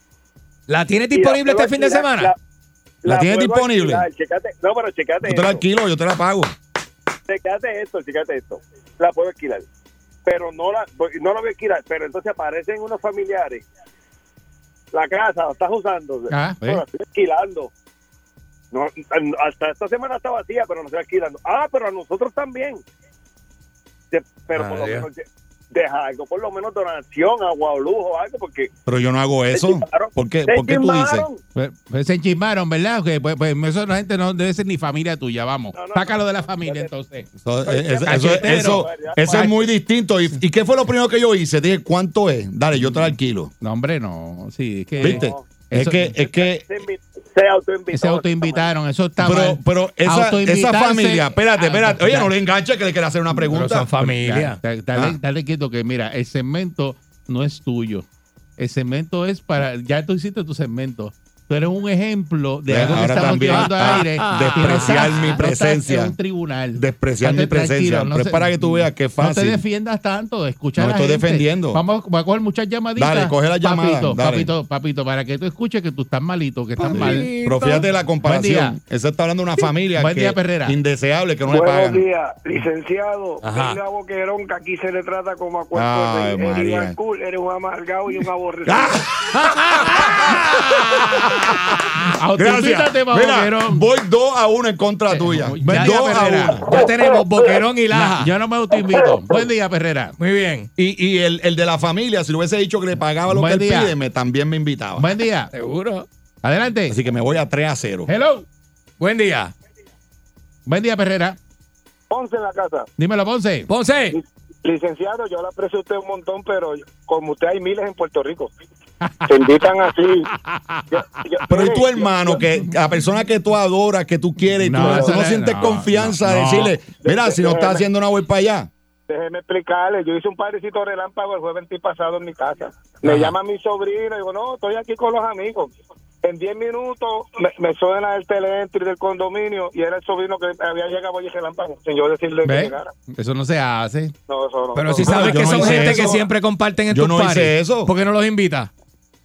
¿La tienes Y disponible la puedo este fin de alquilar, semana? la- ¿La tienes puedo disponible? alquilar, checate- no, pero checate Yo te la esto. alquilo, yo te la pago. Checate esto, checate esto. La puedo alquilar. Pero no la, pues, no la voy a alquilar. Pero entonces aparecen unos familiares. La casa la estás usando. Ah, No, la eh. estoy alquilando. No, hasta esta semana está vacía, pero nos estoy alquilando. Ah, pero a nosotros también. De- pero Ah, por lo Adiós. menos de- deja algo, por lo menos donación, agua o lujo, algo, porque Pero yo no hago eso. chismaron. ¿Por qué, se ¿por qué tú dices? chismaron. Pues, pues se enchismaron, ¿verdad? Que, pues, pues eso la gente no debe ser ni familia tuya, vamos. No, no, Sácalo no. de la familia, entonces. Eso, eh, eso- eso, Cachetero. eso- eso es muy distinto. ¿Y, y qué fue lo primero que yo hice? Dije, ¿cuánto es? Dale, yo te la alquilo. No, hombre, no. Sí, es que... ¿Viste? No. Es Eso- que, es que Se, invi- se autoinvitaron. Se autoinvitaron, eso está pero, mal. pero esa, esa Autoinvitarse- familia, espérate, espérate. Oye, Ah, no le enganches que le quiere hacer una Pero pregunta. son Ya, familia. da- Dale, Ah. dale quieto que mira, el segmento no es tuyo. El segmento es para. Ya tú hiciste tu segmento. Tú eres un ejemplo de Ve, algo que ahora estamos también ah, llevando al aire. despreciar No estás- mi no estás presencia. en un tribunal. Despreciar mi Estate presencia. tranquilo, no Pero se- es para que tú veas qué No te fácil. defiendas tanto, escucha. No a me la estoy gente. defendiendo. Vamos a, voy a coger muchas llamaditas. Dale, coge las llamadas, Papito, dale. papito, papito, para que tú escuches que tú estás malito, que estás Sí. mal. Pero fíjate la comparación. Eso está hablando de una familia Buen que- día, Perrera. indeseable que no le Buenos pagan. días, licenciado. Ajá. Dile a Boquerón que aquí se le trata como a cuerpo Ay, de rey. Eres María. Ah, Iván Cool, eres un amargado y un aborrecido. (laughs) (laughs) Gracias. Autoinvítate, Mira, baboquerón. voy 2 a 1 en contra tuya. Buen día, 2 a Eh, Perrera. 1. Ya tenemos (laughs) boquerón y laja. No, yo no me autoinvito. Buen día, Perrera. Muy bien. Y, y el, el de la familia, si le hubiese dicho que le pagaba lo Buen que él día. pide, me, también me invitaba. Buen día. Seguro. Adelante. Así que me voy a 3 a 0. Hello. Buen día. Buen día, Perrera. Ponce en la casa. Dímelo, Ponce. Ponce. Licenciado, yo le aprecio a usted un montón, pero como usted hay miles en Puerto Rico. Te invitan así. Yo- yo- Pero y mire, tu yo- hermano, yo- que la persona que tú adoras, que tú quieres, y tú No, no, tú eso no no- sientes no, confianza de no. decirle, mira, si no estás haciendo una vuelta para allá. Déjeme explicarle, yo hice un parecito relámpago el jueves pasado en mi casa. Me llama mi sobrino, digo, no, estoy aquí con los amigos. En 10 minutos me, me suena el teleentry del condominio y era el sobrino que había llegado y dije relámpago, sin yo decirle que ¿Ve? llegara. Eso no se hace. No, eso no. Oh, Pero no, si no. sabes yo que no son hice gente eso. que siempre comparten en Yo tus no hice parties, eso. ¿Por qué no los invitas?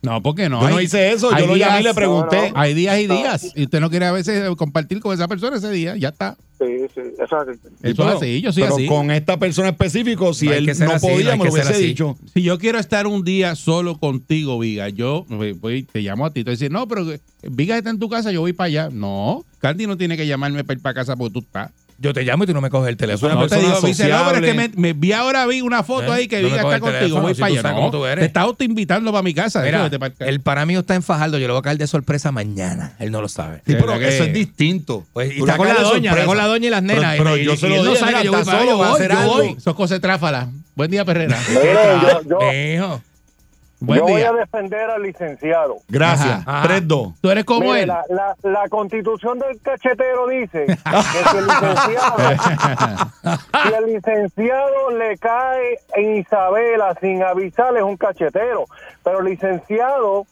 No, porque no. Yo no Hay- hice eso, hay yo lo llamé y le días- pregunté. No, Hay días y días. Y usted no quiere a veces compartir con esa persona ese día. Ya está. Sí, sí, eso es así. Y Eso es así. Yo soy pero así. con esta persona específico, si No hay él que ser no así, no podía, hay me que lo ser hubiese así. dicho. Si yo quiero estar un día solo contigo, Viga, yo voy- voy- te llamo a ti. Te dices, no, pero eh, Viga está en tu casa, yo voy para allá. No, Candy no tiene que llamarme para ir para casa porque tú estás. Yo te llamo y tú no me coges el teléfono. una No te persona digo, me dice, no, pero es que me, sociable. me vi ahora vi una foto Eh, ahí que no vi me que está coge el contigo, teléfono, voy si para tú allá. sabes No, cómo tú eres. Te está autoinvitando para mi casa. Mira, déjate para el- el para mí está en Fajardo. Yo le voy a caer de sorpresa mañana. Él no lo sabe. Sí, pero ¿Verdad que- eso es distinto. Pues, y Tú le está con la caes de doña, está sorpresa. con la doña y las nenas. Pero, pero Y- yo y- se y lo él no dije, sabe mira, que yo voy está para allá, solo, voy a voy, hacer yo algo. voy. Son cosas tráfalas. Buen día, Perrera. Miren, yo, yo, Mijo. Buen yo voy día. a defender al licenciado. Gracias. Ajá, ajá. 3-2. Tú eres como Mire, él. La, la, la constitución del cachetero (laughs) dice que si el, licenciado, si el licenciado le cae en Isabela sin avisarle es un cachetero. Pero el licenciado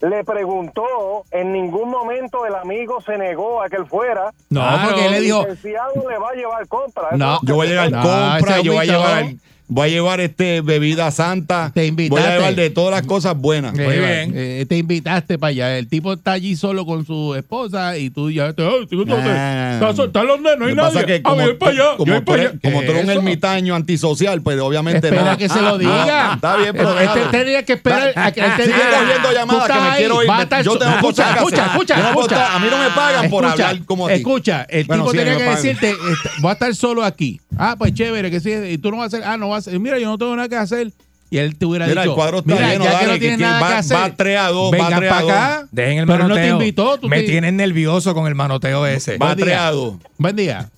le preguntó, en ningún momento el amigo se negó a que él fuera. No, Claro. porque él le dijo, El licenciado le va a llevar compra. No. Yo voy a llevar No, compra, Ah, ese yo voy a invitado. llevar, voy a llevar este bebida santa. Te voy a llevar invitaste. de todas las cosas buenas. eh, Muy bien. eh, te invitaste para allá. El tipo está allí solo con su esposa y tú ya te. "Ay, tú, tú, tú, Ah. Está soltando los nenes, no Lo hay que pasa es que nadie. Ah, como, voy para allá, yo como voy tú para eres, allá. como tú eres un Eso. ermitaño antisocial, pues obviamente Espera no. que se lo diga. está bien, pero Pero este déjalo. tenía que esperar. a que- él Sigue tenía- cogiendo llamadas Tú que estás me ahí, quiero ir. va a Me- estar yo so- tengo escucha, cosas que escucha, hacer. escucha, Yo no puedo escucha. estar- a mí no me pagan por hablar como a ti. Escucha, el Bueno, tipo sí, tenía me que pagan. decirte, este, voy a estar solo aquí. Ah, pues chévere, que sí. Y tú no vas a hacer, ah, no vas a hacer. Mira, yo no tengo nada que hacer. Y él te hubiera Mira, dicho, el cuadro está mira, lleno, ya que dale, no que tienes quien nada va- que hacer, va tres a dos, va vengan tres a para dos. acá. Dejen el Pero no manoteo. te invitó. Tú Me te- tienen nervioso con el manoteo ese. Va Buen día. treado. Buen día.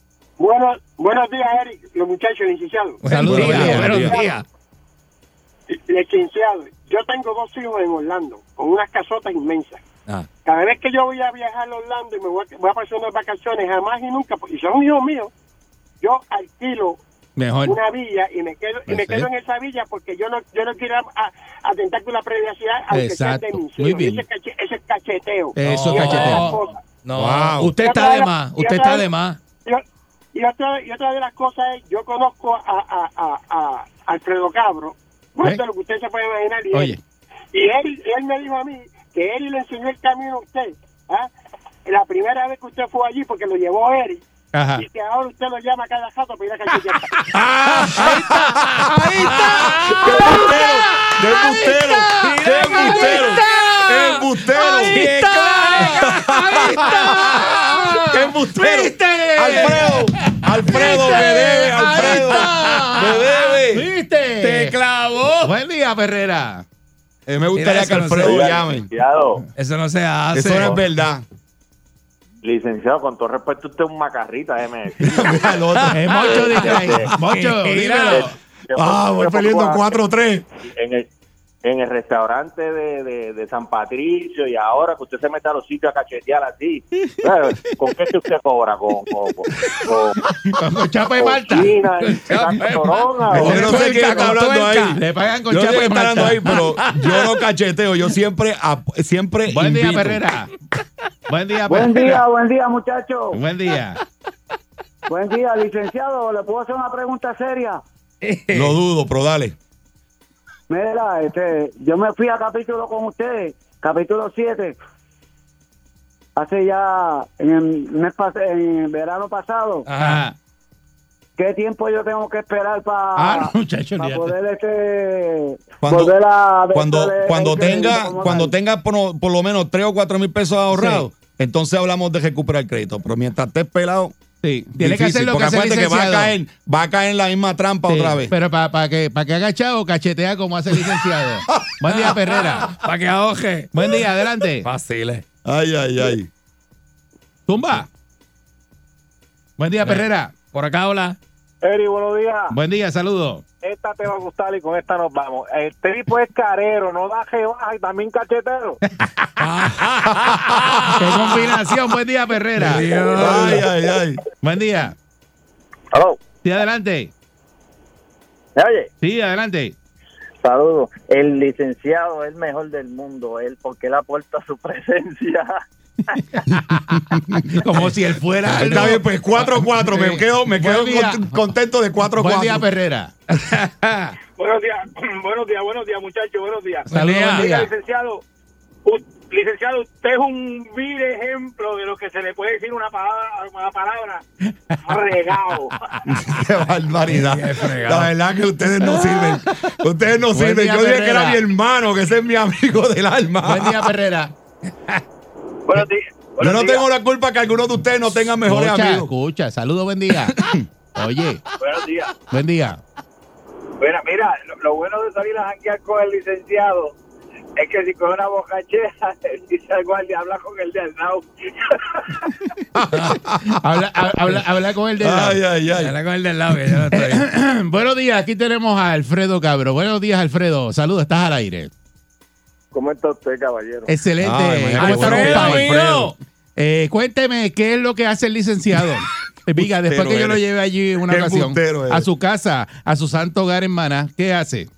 Buenos, días, Eric, los muchachos licenciados. Saludos. Buenos días, buenos buenos días. Licenciado, yo tengo dos hijos en Orlando, con unas casotas inmensas. Ah. Cada vez que yo voy a viajar a Orlando y me voy a, voy a pasar unas vacaciones, jamás y nunca, y son hijos míos, yo alquilo Mejor. una villa y me quedo y Pues me sí. quedo en esa villa porque yo no yo no quiero a- atentar con la privacidad aunque sea de Exacto. mis Muy hijos. bien. Ese, es cache- ese es cacheteo. Eso, Y otra de las cacheteo. cosas- No, Wow. usted Y está otra de la- más. y Usted otra- está de más. Y, y otra, y otra de las cosas es, yo conozco a, a, a, a Alfredo Cabro, más ¿Eh? de lo que usted se puede imaginar. Y, Oye. Él, y él, él me dijo a mí que él le enseñó el camino a usted. ¿ah? La primera vez que usted fue allí, porque lo llevó Eric, Ajá. y que ahora usted lo llama cada rato para ir a cachetear. ¡Qué embustero! ¡Qué embustero! ¡Qué embustero! ¡Qué embustero! ¡Qué embustero! ¡Alfredo! ¡Alfredo me debe! ¡Alfredo! ¡Me debe! ¿Viste? Te clavó. Buen día, Ferrera. Eh, me Mira, gustaría eso que no Alfredo se- llame. Licenciado, Eso no se hace. Eso no es verdad. licenciado, con todo respeto, usted es un macarrita, déjeme decir. El otro. Es Ah, Mocho de Cray. (laughs) Mocho, dímelo. Ah, voy perdiendo 4-3. En el, en el restaurante de, de- de San Patricio y ahora que usted se meta a los sitios a cachetear así. Claro, ¿Con qué es que usted cobra? ¿Con, con, con, con, Con chapa y con malta. China y Santa Corona? Yo o- no sé quién está hablando ahí. Le pagan con Yo sé chapa quién y está hablando malta. ahí, pero yo no cacheteo. Yo siempre, ap- siempre Buen día, invito. Ferrera. Buen día, Buen Perrera. buen día, muchachos. Buen día. Buen día, licenciado. Le puedo hacer una pregunta (laughs) seria. Lo dudo, pero dale. Mira, este, yo me fui a capítulo con ustedes, capítulo 7, hace ya en, el mes pas- en verano pasado. Ah. Ajá. ¿Qué tiempo yo tengo que esperar para Ah, no, muchacho, ni- poder este, Cuando- volver a... Cuando, de- cuando de- tenga, como cuando tal? tenga por, por lo menos 3 o 4 mil pesos ahorrados, entonces hablamos de recuperar crédito. Pero mientras estés pelado, Sí, tiene que difícil, hacer lo porque que hace el acuérdate que va a licenciado. caer, va a caer en la misma trampa Sí, otra vez. Pero para que, pa que haga chavo, cachetea como hace (laughs) el licenciado. Buen día, Perrera. Para que ahoje. Buen día, adelante. Fácil. Ay, ay, ay. Tumba. Buen día, Perrera. Por acá, hola. Eri, buenos días. Buen día, saludo. Esta te va a gustar y con esta nos vamos. El tipo es carero, no da que baja y también cachetero. (laughs) Qué combinación. Buen día, Perrera. Ay, ay, ay. Buen día. Aló, Sí, adelante. ¿me oye? Sí, adelante. Saludos. El licenciado es el mejor del mundo, él, porque él aporta su (laughs) presencia. Como si él fuera. algo. Está bien, pues 4-4. Me Ah, Sí. quedo, me quedo Buen día. cont- contento de 4-4. Buen día, Perrera. Buenos días, (clears throat) buenos días, buenos días, muchachos, buenos días. Saludos, día. buen Mira, día. licenciado, u- licenciado, usted es un vil ejemplo de lo que se le puede decir una palabra, una palabra regado. Qué barbaridad. Qué fregado. La verdad que ustedes no sirven. Ustedes no Buen sirven. día, Yo dije que (laughs) Herrera. era mi hermano, que ese es mi amigo del alma. Buen día, Perrera. Buenos días. Yo no días. tengo la culpa que algunos de ustedes no tengan mejores escucha, amigos. escucha. Saludos, buen (laughs) día. Oye, Buenos días. buen día. Mira, mira, lo, lo bueno de salir a janguear con el licenciado es que si coge una bocachera, (laughs) dice al guardia, habla con el de al lado. Habla, ha- habla- habla con el del lado. Ay, ay, ay. Habla con el del lado, que yo no (laughs) estoy. (clears throat) Buenos días, aquí tenemos a Alfredo Cabro. Buenos días, Alfredo. Saludos, estás al aire. ¿Cómo está usted, caballero? Excelente. Ay, imagínate, ¿Cómo está, Alfredo, compadre? Alfredo. Eh, cuénteme, ¿qué es lo que hace (laughs) el licenciado? Viga, después embustero que yo lo eres. lleve allí en una Qué ocasión, embustero eres. a su casa, a su santo hogar en Maná, ¿qué hace?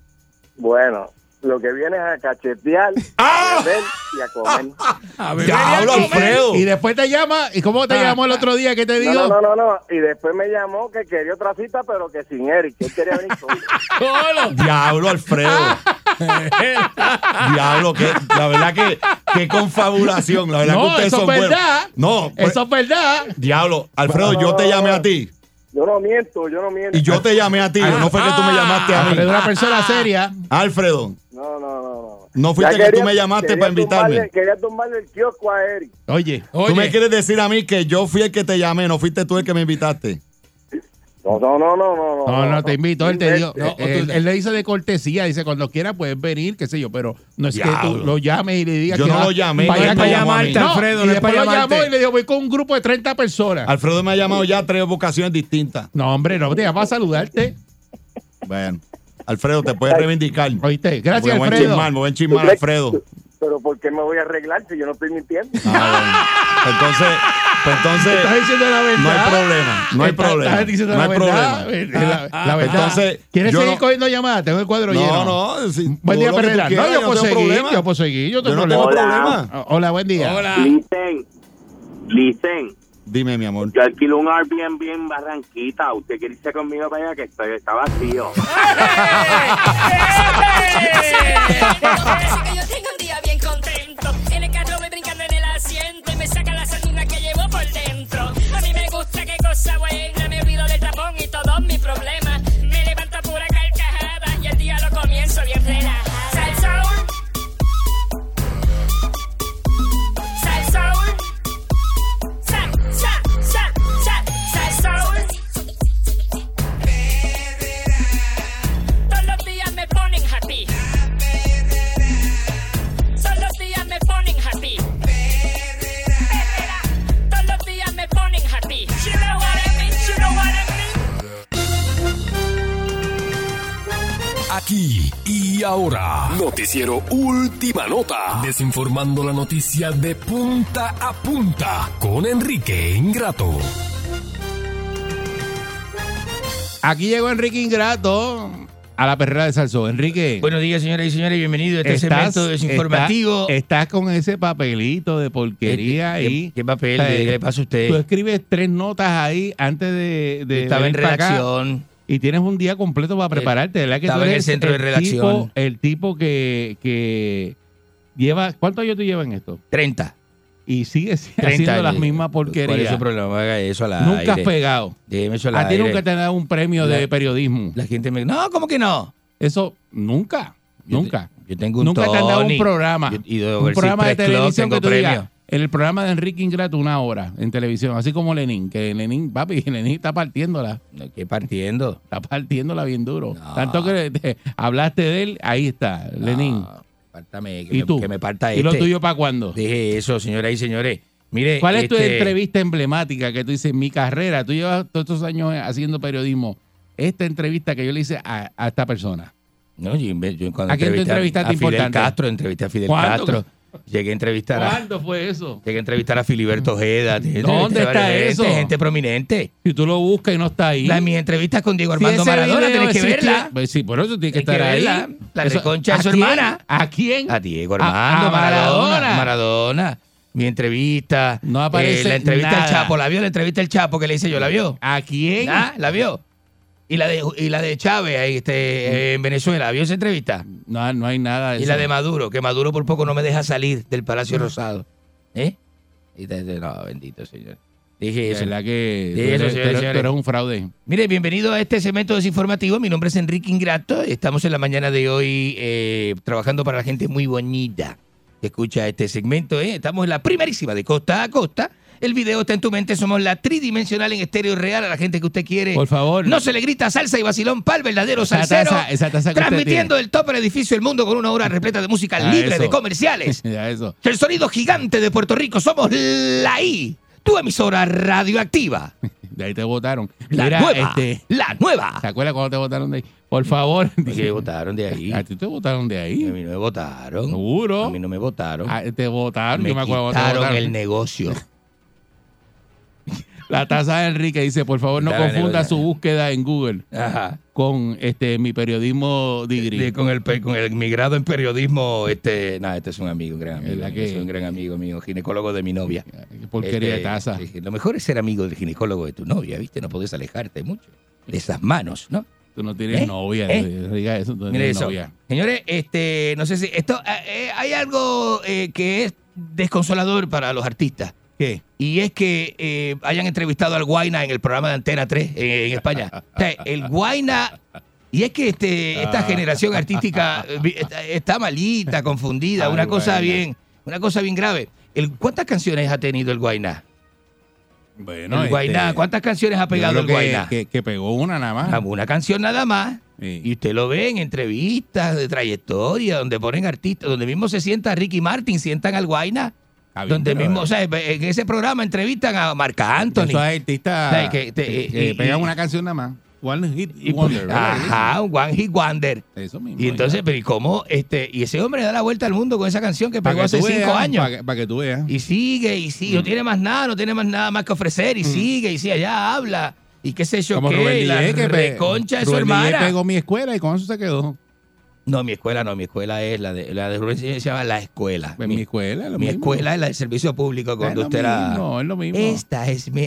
Bueno, lo que viene es a (laughs) cachetear, ¡Ah! a beber y a comer. A beber y a Diablo, comer. Alfredo. Y después te llama, ¿y cómo te Ah. llamó el otro día? ¿Qué te digo? No, no, no, no, no. Y después me llamó que quería otra cita, pero que sin Eric, que él quería venir con Diablo, Alfredo. Diablo, que la verdad que qué confabulación. La verdad No, que ustedes eso son es verdad. buenos. No, pues, Eso es verdad. diablo, (laughs) Alfredo, No, no, yo te no, llamé no. a ti. Yo no miento, yo no miento. Y yo te llamé a ti. Ah, No fue que tú me llamaste a Alfredo es mí. una persona seria. Alfredo, No, no, no, no. no fuiste Ya que tú quería- me llamaste quería para invitarme. tumbarle- Quería tumbarle el kiosco a Eric. Oye, Tú me Oye, quieres decir a mí que yo fui el que te llamé, no fuiste tú el que me invitaste. No, no, no, no, no. no, no, Oh, te invito. Él te dio, No, eh, él, tú- él le dice de cortesía, dice cuando quiera puedes venir, qué sé yo, pero no es que Diablo. tú lo llames y le digas Yo que no va- lo llamé, vaya no es con- para llamarte, No, y Alfredo, no es después para lo llamarte. llamó y le dijo, voy con un grupo de 30 personas. Alfredo me ha llamado ya a tres ocasiones distintas. No, hombre, no te llama a saludarte. Bueno, Alfredo, te puedes reivindicar. Oíste, Porque gracias, me voy a Alfredo. enchismar, me voy a enchismar, Alfredo. Pero ¿por qué me voy a arreglar si yo no estoy mintiendo? Ah, bueno. Entonces, pues Estás entonces diciendo la verdad. no hay problema, no hay Estás- problema, estás diciendo no la hay verdad. problema. La- la verdad. Entonces, ¿Quieres yo seguir no- cogiendo llamadas? Tengo el cuadro lleno. No, no, si- Buen tú lo que día, tú Perrera. quieras, No, yo puedo tengo seguir, problema. yo puedo seguir, yo Yo tengo no tengo problema. problema. Ah, Hola, buen día. hola. Listen, listen, Dime, mi amor. yo alquilo un Airbnb en Barranquita. ¿Usted quiere irse conmigo para allá? Que estoy, está vacío. Así que yo tengo un día bien contento. En el carro voy brincando en el asiento y me saca la sardina que llevo por dentro. A mí me gusta qué cosa buena, me olvido del tapón y todos mis problemas. Me levanto a pura carcajada y el día lo comienzo bien relajada. Sal Soul. Sal Soul. Sal, sal, sal, sal, sal Soul. Todos los días me ponen happy. Todos los días me ponen happy. Perrera. Todos los días me ponen happy. You know what I mean, you know what I mean. Aquí y ahora, noticiero Última Nota, desinformando la noticia de punta a punta con Enrique Ingrato. Aquí llegó Enrique Ingrato a la perrera de Salsó. Enrique. buenos días, señoras y señores. Bienvenido a este segmento desinformativo. estás- Eh, eh, estás con ese papelito de porquería ¿Qué- ahí. ¿Qué, qué papel? Eh, ¿Qué le pasa Tú a usted? escribes tres notas ahí antes de, Yo de estaba en venir para acá. redacción. Eh, Y tienes un día completo para prepararte, ¿verdad? Que Estaba tú en eres el centro de redacción. Tipo, el tipo que, que lleva. ¿Cuántos años tú llevas en esto? 30. Y sigues 30 haciendo las años. mismas ¿Cuál es porquerías. su problema? Haga eso a la Nunca has aire. pegado. Déjeme eso al A ti aire. nunca te han dado un premio La- de periodismo. La gente me... No, ¿cómo que no? Eso nunca, Yo te- nunca. Yo tengo un Nunca te han dado un Tony. programa. Yo- y de un Overseas programa de Press Club televisión que tengo tú digas, premio. en el programa de Enrique Ingrato una hora en televisión, así como Lenin, que Lenin, papi, (laughs) Lenin está partiéndola, No, ¿Qué partiendo? está partiéndola bien duro. No. Tanto que te- hablaste de él, ahí está, Lenin. No, pártame, que, ¿Y me, tú? que me parta ¿Y lo este. tuyo para cuándo? Deje eso, señoras y señores. Mire, ¿Cuál es tu este, entrevista emblemática que tú dices, mi carrera? Tú llevas todos estos años haciendo periodismo. Esta entrevista que yo le hice a, a esta persona. No, yo, inve- yo cuando ¿A quién tú entrevisté entrevistaste a Fidel importante? Castro, entrevisté a Fidel ¿Cuándo? Castro. Llegué a entrevistar a, ¿Cuándo fue eso? llegué a entrevistar a Filiberto Ojeda. llegué a ¿Dónde entrevistar a está gente, eso? Gente prominente. Si tú lo buscas y no está ahí. La, mis entrevistas con Diego Si Armando ese Maradona, video tenés que existe- verla. Pues sí, por eso tiene que Tienes estar que ahí. verla. La Eso- reconcha de ¿a su quién? hermana. ¿A quién? A Diego A- Armando, a Maradona. Maradona. Maradona. Mi entrevista. eh, No aparece la entrevista nada. al Chapo. ¿La vio? La entrevista al Chapo que le hice yo. ¿La vio? ¿A quién? Ah, ¿La vio? Y la de, y la de Chávez ahí, este, eh, en Venezuela. ¿La vio esa entrevista? No, no hay nada de Y eso. Mm. la de Maduro, que Maduro por poco no me deja salir del Palacio Rosado. ¿Eh? Y desde, no, bendito señor. Dije De eso. verdad que Sí, tú, eres, eso, señores, tú eres- tú señores. eres un fraude. Mire, bienvenido a este segmento desinformativo. Mi nombre es Enrique Ingrato. Estamos en la mañana de hoy eh, trabajando para la gente muy bonita. que escucha este segmento. ¿eh? Estamos en la primerísima de costa a costa. El video está en tu mente. Somos la tridimensional en estéreo real a la gente que usted quiere. Por favor. No se le grita salsa y vacilón para el verdadero Esa salsero. taza- esa taza que usted transmitiendo el top del edificio El Mundo con una hora repleta de música Ah, libre eso. de comerciales. (laughs) Ya eso. El sonido gigante de Puerto Rico. Somos la I, tu emisora radioactiva. De ahí te votaron. La nueva, este. la nueva. ¿Se acuerdas cuando te votaron de ahí? Por favor. me votaron de (laughs) ahí. A ti te votaron de ahí. A mí no me votaron. Seguro. A mí no me votaron. Ah, te votaron. me yo me acuerdo cuando te quitaron votaron. el (laughs) negocio. La taza de Enrique dice, por favor, no Dale, dale, confunda dale. su búsqueda en Google Ajá. con este mi periodismo degree. Sí, con el pe- con el mi grado en periodismo, este, nada, este es un amigo, un gran amigo, ¿Verdad mío, que- es un gran amigo mío, ginecólogo de mi novia. Qué porquería de este, taza. dije, lo mejor es ser amigo del ginecólogo de tu novia, ¿viste? No podés alejarte mucho de esas manos, ¿no? Tú no tienes ¿Eh? novia. ¿Eh? Diga eso, tú no Mire tienes eso. novia. Señores, este, no sé si esto eh, eh, hay algo eh, que es desconsolador para los artistas. ¿Qué? Y es que eh, hayan entrevistado al Guaina en el programa de Antena 3 eh, (laughs) en España. O sea, el Guaina. Y es que este, Ah. esta generación artística eh, vi- está, está malita, confundida, Ay, una cosa Guayna. bien, una cosa bien grave. El, ¿Cuántas canciones ha tenido el Guaina? Bueno, el Guainá, este, ¿cuántas canciones ha yo creo pegado el que- Guaina? Que, que pegó una nada más. Una canción nada más. Ah. Sí. Y usted lo ve en entrevistas de trayectoria, donde ponen artistas, donde mismo se sienta Ricky Martin, sientan al Guaina. Está Ah, bien, Donde pero- eh. mismo, o sea, en ese programa entrevistan a Marc Anthony. Esos artistas ¿Sabes que te- que- y- que y- pegan y- una canción nada más. pues, One Hit y- pues, Wonder. ¿verdad? ajá, un One Hit Wonder. Eso mismo. Y entonces, pero ¿y cómo? Este, y ese hombre da la vuelta al mundo con esa canción que pegó hace cinco años. Para que, pa' que Mm. tú veas. Y sigue, y sigue, no tiene más nada, no tiene más nada más que ofrecer, y sigue, y sigue, allá habla, y qué sé Mm. yo Como qué, Rubén y la Díez, que pe- reconcha de su Rubén Díez hermana. pegó mi escuela y con eso se quedó. No, mi escuela no, mi escuela es la de, la de Rubén Díez se llama La Escuela. Pues mi, mi escuela es lo mi mismo. Ah, escuela es la de servicio público cuando es usted lo era... mismo, es lo mismo. Esta es mi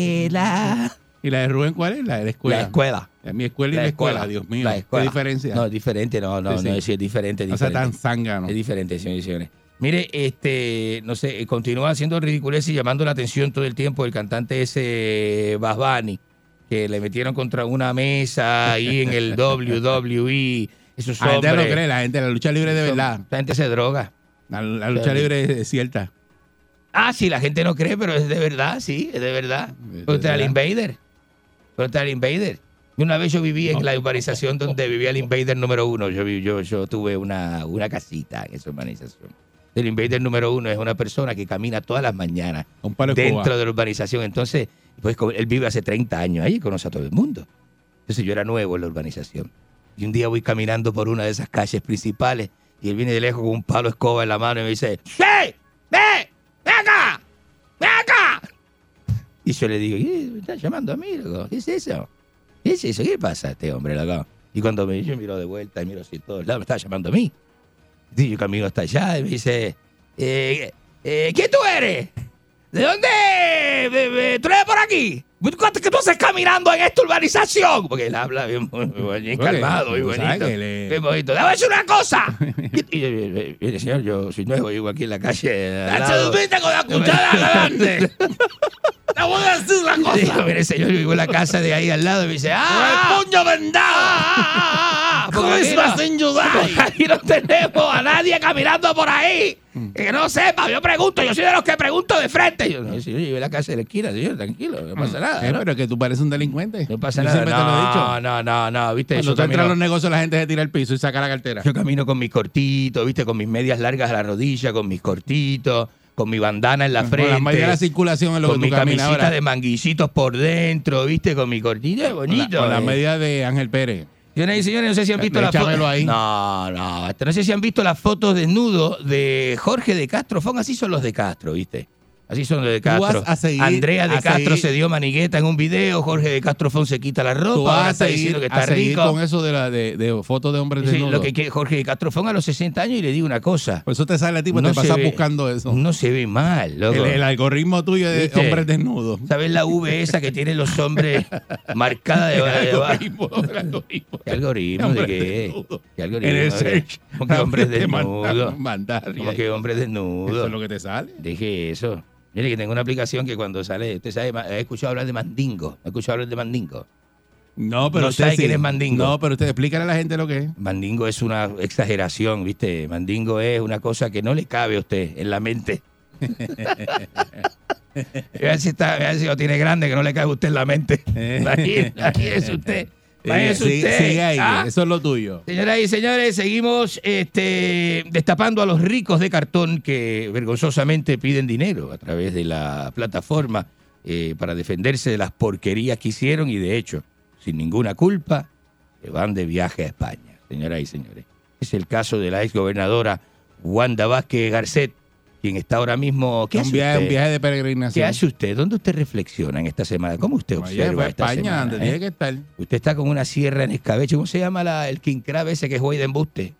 escuela. ¿Y la de Rubén cuál es? La de la escuela. La escuela. Eh, Mi escuela y la, escuela, Dios mío. La escuela. ¿Qué diferencia? No, es diferente, no, no, Sí, sí. no, es, es diferente, o sea, diferente. tan zángano. Es diferente, señores y señores. Mire, este, no sé, eh, continúa haciendo ridiculez y llamando la atención todo el tiempo el cantante ese Basbani, que le metieron contra una mesa ahí (laughs) en el WWE. Esos La gente lo hombres, cree, la gente, la lucha libre de son- verdad. La gente se droga. La, la lucha libre es cierta. Ah, sí, la gente no cree, pero es de verdad, sí, es de verdad. Es de Contra el verdad. Invader. Contra el Invader. Y Una vez yo viví en la urbanización donde vivía el Invader número uno. Yo, vi- yo, yo tuve una, una casita en esa urbanización. El Invader número uno es una persona que camina todas las mañanas Un palo de dentro escoba. de la urbanización. Entonces, pues como él vive hace 30 años ahí, conoce a todo el mundo. Entonces yo era nuevo en la urbanización. Y un día voy caminando por una de esas calles principales y él viene de lejos con un palo de escoba en la mano y me dice, ¡Hey! ¡Ve! ¡Ve acá! ¡Ve acá! Y yo le digo, ¿qué? ¿Me estás llamando a mí? loco? ¿Qué es eso? ¿Qué es eso? ¿Qué le pasa a este hombre loco? Y cuando me yo miro de vuelta y miro hacia todos lados, me estaba llamando a mí. Y yo camino hasta allá y me dice, eh, eh, ¿quién tú eres? ¿De dónde eh, eh, tú eres por aquí? ¿Qué tú haces caminando en esta urbanización? Porque él habla bien, bien Porque, calmado y tú sabes bonito. que le- Bien bonito. Dame decir una cosa. Y, y, y, mire, señor, yo soy nuevo, vivo aquí en la calle. de al lado. con la cuchara grande. Te voy a decir la Le cosa. digo, mire, señor, vivo en la casa de ahí al lado. Y me dice, ¡ah! Con el puño vendado. Porque aquí Christmas no- in July. porque aquí no tenemos a nadie caminando por ahí. Mm. Que no sepa, yo pregunto, yo soy de los que pregunto de frente. Y Yo, no, señor, yo vivo en la casa de la esquina, señor, tranquilo, no pasa nada. Eh, ¿no? Pero que tú pareces un delincuente. No pasa Yo nada. siempre te lo he dicho. No, no, no, no, viste. Cuando yo tú entras a camino- los negocios, la gente se tira al piso y saca la cartera. Yo camino con mis cortitos, viste, con mis medias largas a la rodilla, con mis cortitos, con mi bandana en la Con frente. la mayoría de la circulación es lo con que mi tú caminas camisita ahora. de manguillitos por dentro, viste, con mi cortita Con la- bonito. Con la eh. media de Ángel Pérez. Señoras y señores, no sé si han visto las Échamelo fotos. ahí. No, no, este, no sé si han visto las fotos desnudo de Jorge de Castro. Fon, así son los de Castro, ¿viste? Así son los de Castro. vas a seguir- Andrea de a Castro seguir- se dio manigueta en un video. Jorge de Castro Fon se quita la ropa. Tú ahora vas está a seguir, diciendo que a está seguir rico. con eso de, la, de, de fotos de hombres Sí, desnudos. lo que quiere Jorge de Castro Fon a los 60 años y le digo una cosa. Por eso te sale a ti, porque No Pues, te se pasas ve. buscando eso. No se ve mal, loco. El, el algoritmo tuyo de ¿Viste? hombres desnudos. ¿Sabes la V esa que tienen los hombres marcada de El debajo? algoritmo, el algoritmo. ¿Qué algoritmo? ¿De Hombres qué? desnudos. ¿Qué En algoritmo? el search. ¿Cómo que hombres (laughs) te mandan desnudos? mandar y ¿Cómo ahí- que hombres Eso es desnudos? lo que te sale. Deje eso. Mire que tengo una aplicación que cuando sale, usted sabe, ma- he escuchado hablar de mandingo. He escuchado hablar de mandingo. No, pero no usted sabe sí. quién es Mandingo. No, pero usted explícale a la gente lo que es. Mandingo es una exageración, ¿viste? Mandingo es una cosa que no le cabe a usted en la mente. (laughs) Vea si, está, vea si lo tiene grande, que no le cabe a usted en la (laughs) mente. Imagínese usted. Imagínese Sí, usted. sigue ahí, ¿ah? eso es lo tuyo. Señoras y señores, seguimos este, destapando a los ricos de cartón que vergonzosamente piden dinero a través de la plataforma eh, para defenderse de las porquerías que hicieron y de hecho, sin ninguna culpa, se van de viaje a España, señoras y señores. Es el caso de la exgobernadora Wanda Vázquez Garcet, quien está ahora mismo... ¿qué Un hace viaje, usted? un viaje de ¿Qué peregrinación. hace usted? ¿Dónde usted reflexiona en esta semana? ¿Cómo usted Vaya, observa fue a esta España, semana? donde eh? tiene que estar. Usted está con una sierra en escabeche. ¿Cómo se llama la- el king crab ese que es hoy de embuste?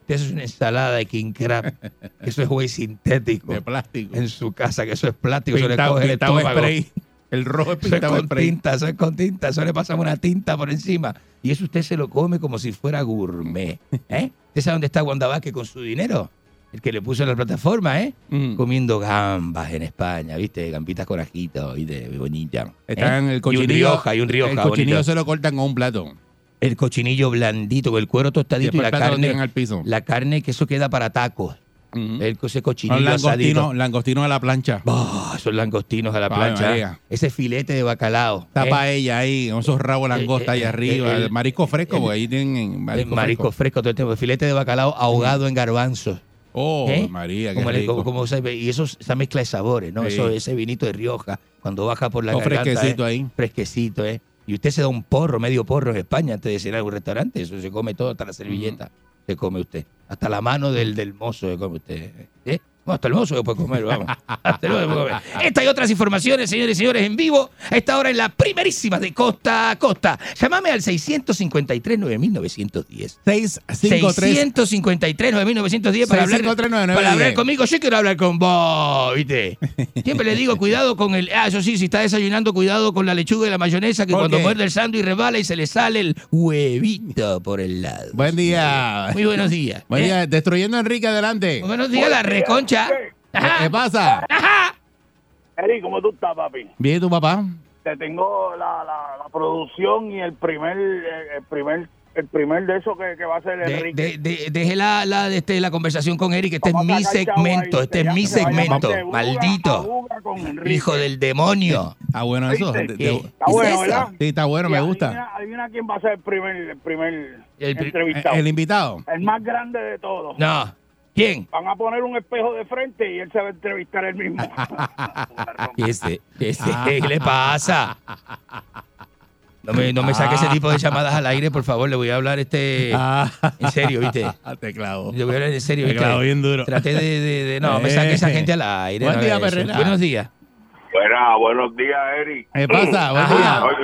Usted hace una ensalada de (laughs) king crab. Eso es hoy sintético. De plástico. Oh. En su casa, que eso es plástico. eso Pintado- le coge el pintado estómago. spray. El rojo es Eso es pintado con spray. tinta, eso es con tinta. Eso le pasamos una tinta por encima. Y eso usted se lo come como si fuera gourmet. ¿eh? ¿Usted sabe dónde está Wanda Vázquez con su dinero? El que le puso en la plataforma, ¿eh? Mm. Comiendo gambas en España, ¿viste? Gambitas con ajito, ¿viste? Bonita. Está ¿eh? en el cochinillo. Y un Rioja, y un Rioja. El cochinillo bonito se lo cortan con un plato. el cochinillo blandito, con el cuero tostadito y, Después la el plato lo carne. tiran al piso. La carne que eso queda para tacos. el, ese cochinillo Son asadito. langostinos langostino a la plancha. Ah, son langostinos a la Ave plancha. María. Ese filete de bacalao. Está ¿eh? para ella ahí, con esos rabos de langosta Eh, ahí eh, arriba. el- el marisco fresco, porque ahí tienen El marisco, marisco fresco. fresco todo el tiempo. Filete de bacalao ahogado en garbanzos. Oh, ¿Eh? María, qué Como le- rico. como- como se- y eso, esa mezcla de sabores, ¿no? Sí. Eso, ese vinito de Rioja, cuando baja por la Todo garganta. fresquecito ¿eh? ahí. Fresquecito, ¿eh? Y usted se da un porro, medio porro en España antes de cenar en un restaurante. Eso se come todo, hasta la servilleta se come usted. Hasta la mano del, del mozo se come usted. ¿eh? Bueno, hasta el mozo se puede comer, vamos. Hasta el mozo se puede comer. Esta y otras informaciones, señores y señores, en vivo. A esta hora en la primerísima de Costa a Costa. Llámame al 653-9910. 653 653-9910 para hablar, 653-9910. para hablar conmigo. Yo quiero hablar con (laughs) vos, ¿viste? Siempre le digo, cuidado con el. Ah, eso sí, si está desayunando, cuidado con la lechuga y la mayonesa, que ¿Por cuando qué? muerde el sándwich resbala y se le sale el huevito por el lado. Buen día. Muy buenos días. ¿Eh? Buen día. Destruyendo a Enrique, adelante. Buenos días, la reconcha. ¿Qué pasa? Eri, ¿cómo tú estás, papi? Bien, tu papá. Te tengo la, la, la producción y el primer, eh, el, el primer, el primer de eso que, que va a ser De- Enrique. de- de- deje la, la, de este, la conversación con Eric. Este es sacar mi chavo ahí, segmento. Este es ya mi se vaya segmento. de uva a Maldito. uva con Enrique. Hijo del demonio. Ah, bueno, eso. ¿Viste? Te- ¿Qué? te- Está bueno, ¿verdad? Sí, está bueno, me gusta. Adivina, adivina quién va a ser el primer, el primer El, pri- entrevistado. el invitado. El más grande de todos. No. ¿Quién? Van a poner un espejo de frente y él se va a entrevistar él mismo. (laughs) ¿Qué, se- qué se- este, Ah. qué le pasa? No me, no me saque ese tipo de llamadas al aire, por favor. Le voy a hablar este en (laughs) serio, ¿viste? Ah. Te clavo. Le voy a hablar en serio, Te ¿viste? clavo bien duro. Traté de, de- de- no, me saque esa gente al aire. Buen no día, haga eso. Perrera. Buenos días. Buena, buenos días, Eri. ¿Qué pasa? Buen Ajá. día. Hoy,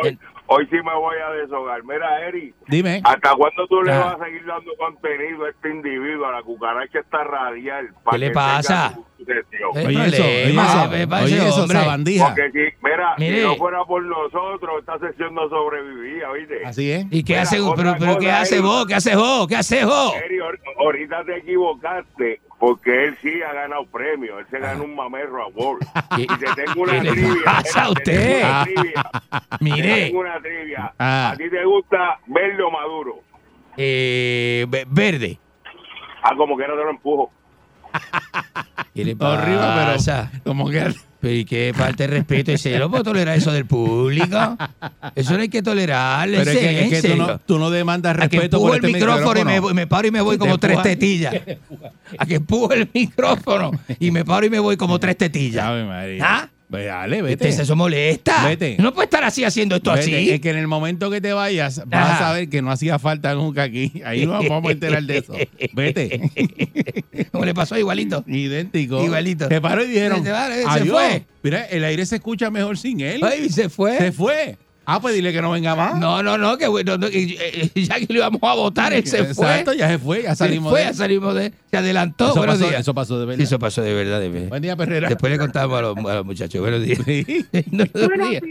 hoy sí- hoy sí me voy a deshogar. Mira, Eri, Dime. ¿hasta cuándo tú le Ah. vas a seguir dando contenido a este individuo? A la cucaracha está radial. ¿Qué le pasa? Oye, Oye, eso, oye, eso, oye, eso, sabandija. Porque si, mira, Mire. si no fuera por nosotros, esta sesión no sobrevivía, ¿viste? Así es. ¿Y qué Mira, hace? otra Pero, pero ¿qué cosa, hace Eri. vos? ¿Qué hace vos? ¿Qué hace vos? Eri, ahor- ahorita te equivocaste porque él sí ha ganado premio. Él se ganó un mamerro award. Ah. (laughs) ¿Qué- Y te tengo una qué le trivia. pasa a te tengo usted? Ah, una trivia. Mire. Te tengo una trivia. Ah. A ti te gusta verlo maduro. Eh, ve- verde. Ah, como que no te lo empujo. ¿Qué le Arriba, pero pasa? Como que Pero ¿y qué falta de respeto? ¿En serio? ¿No puedo tolerar eso del público? Eso no hay que tolerarlo, en Pero es que, serio, es que en tú, serio. no, tú no demandas A que respeto empujo por el este micrófono, y me, micrófono. voy- me paro y me voy Te como tres empuja. (laughs) tetillas. A que empujo el micrófono y me paro y me voy como tres tetillas. ¿Ah? Ve, Pues dale, Este, vete. eso molesta. Vete. No puede estar así haciendo esto Vete, así. Es que en el momento que te vayas, vas Ajá. a saber que no hacía falta nunca aquí. Ahí nos vamos a enterar de eso. (laughs) Vete. Como le (laughs) pasó igualito. Idéntico. Igualito. Te paró y dijeron. Se va, se adiós. fue. Mira, el aire se escucha mejor sin él. Ay, se fue. Se fue. Ah, pues dile que no venga más. No, no, no, que bueno, no, que, eh, (laughs) eh, ya que lo íbamos a votar, él se fue. Exacto, ya se fue, ya salimos se fue, de- ya salimos de Se adelantó, Eso buenos pasó- días. eso pasó de verdad. Sí, eso pasó de verdad. de verdad. Buen día, Perrera. Después le contamos a los, a los muchachos, buenos días. (laughs) No, buenos días.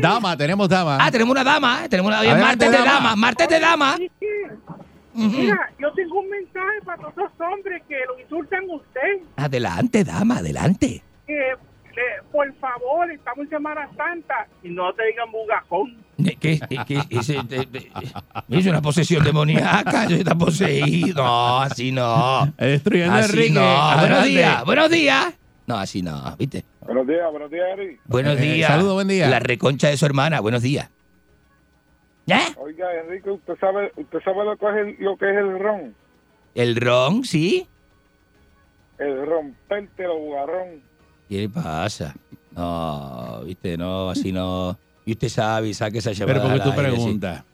Dama, tenemos dama. Ah, tenemos una dama, eh, tenemos una dama. Adelante, Martes de dama. dama, martes de dama. Mira, yo tengo un mensaje para todos esos hombres que lo insultan a usted, Adelante, dama, adelante. que le- por favor, estamos en Semana Santa y no te digan bugajón. Eh, ¿Qué, eh, qué, ese, de- de- es una posesión demoníaca, yo está poseído. No, así no. Destruyendo así Enrique. Ah, No. Buenos Adelante. días, buenos días. No, así no, ¿viste? Buenos días, buenos días, Eric. Buenos Eh, días. saludos, buen día. La reconcha de su hermana, buenos días. Oiga, Enrique, ¿usted sabe, usted sabe lo, que es el, lo que es el ron? El ron, ¿sí? El romperte lo bugarrón. ¿Qué le pasa? No, ¿viste? No, así no. Y usted sabe, y saque esa llamada. Pero porque al tú aire, sí. preguntas.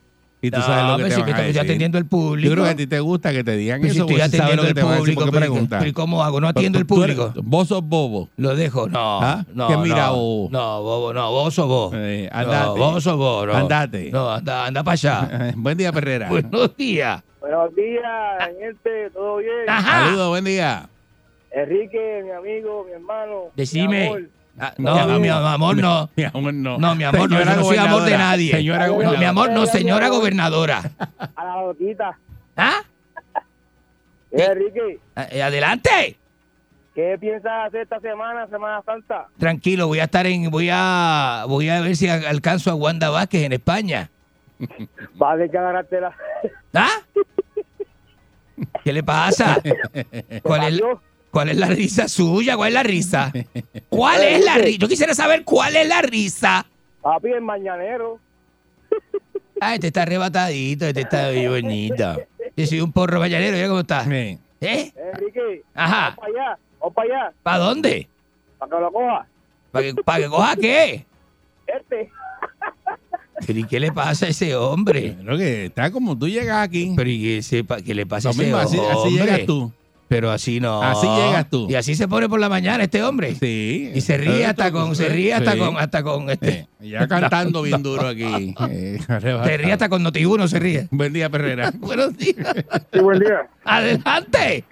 Y tú No, sabes lo que pero te si van me a estoy decir. atendiendo al Yo creo público. Pues que a ti te gusta que te digan Pero si eso. estoy porque tú sabes lo atendiendo que al te van a decir, público, ¿por qué pero- preguntas? pero ¿y cómo hago? No atiendo Pero el tú eres- público. Vos sos bobo. Lo dejo, no. ¿Ah? No, ¿Qué mira no, bobo? No, bobo, no, vos sos vos. Eh, Oh. No, andate. vos sos vos, no. Andate. No, anda, anda para allá. (laughs) Buen día, Perrera. Buenos días. Buenos Ah. días, gente, ¿todo bien? Ah. Saludos, buen día. Enrique, mi amigo, mi hermano. Decime. Mi amor. Ah, no, mi amor, no. Mi amor, no. No, mi amor, no, Señora yo no soy amor de gobernadora, nadie. señora No, mi gobernadora. amor, no, señora gobernadora. A la boquita. ¿Ah? Eh, Enrique, Eh, Adelante. ¿qué piensas hacer esta semana, Semana Santa? Tranquilo, voy a estar en, voy a, voy a ver si a- alcanzo a Wanda Vázquez en España. Vas a tener que agarrarte la... ¿Ah? ¿Qué le pasa? ¿Cuál es, ¿Cuál es la risa suya? ¿Cuál es la risa? ¿Cuál es la risa? Yo quisiera saber cuál es la risa. Papi, el mañanero. Ah, este está arrebatadito, este está bien bonito. Yo soy un porro vallanero, mira cómo está. ¿Eh? Enrique, vamos Ajá. para allá, vamos para allá, ¿Para dónde? para que lo coja. ¿Para que, para que coja qué? Este. ¿Pero y qué le pasa a ese hombre? Creo que está como tú llegas aquí. Pero ¿y qué, se pa- qué le pasa Lo a ese mismo, así, hombre? así llegas tú. Pero así no. Así llegas tú. Y así se pone por la mañana este hombre. Sí. Y se ríe Pero hasta tú- con, se ríe hasta sí. con, hasta con este. Ya (laughs) cantando bien duro aquí. Eh, Se ríe hasta con Notiuno, se ríe. (laughs) Buen día, Perrera. Buenos días. Sí, buen día. Adelante.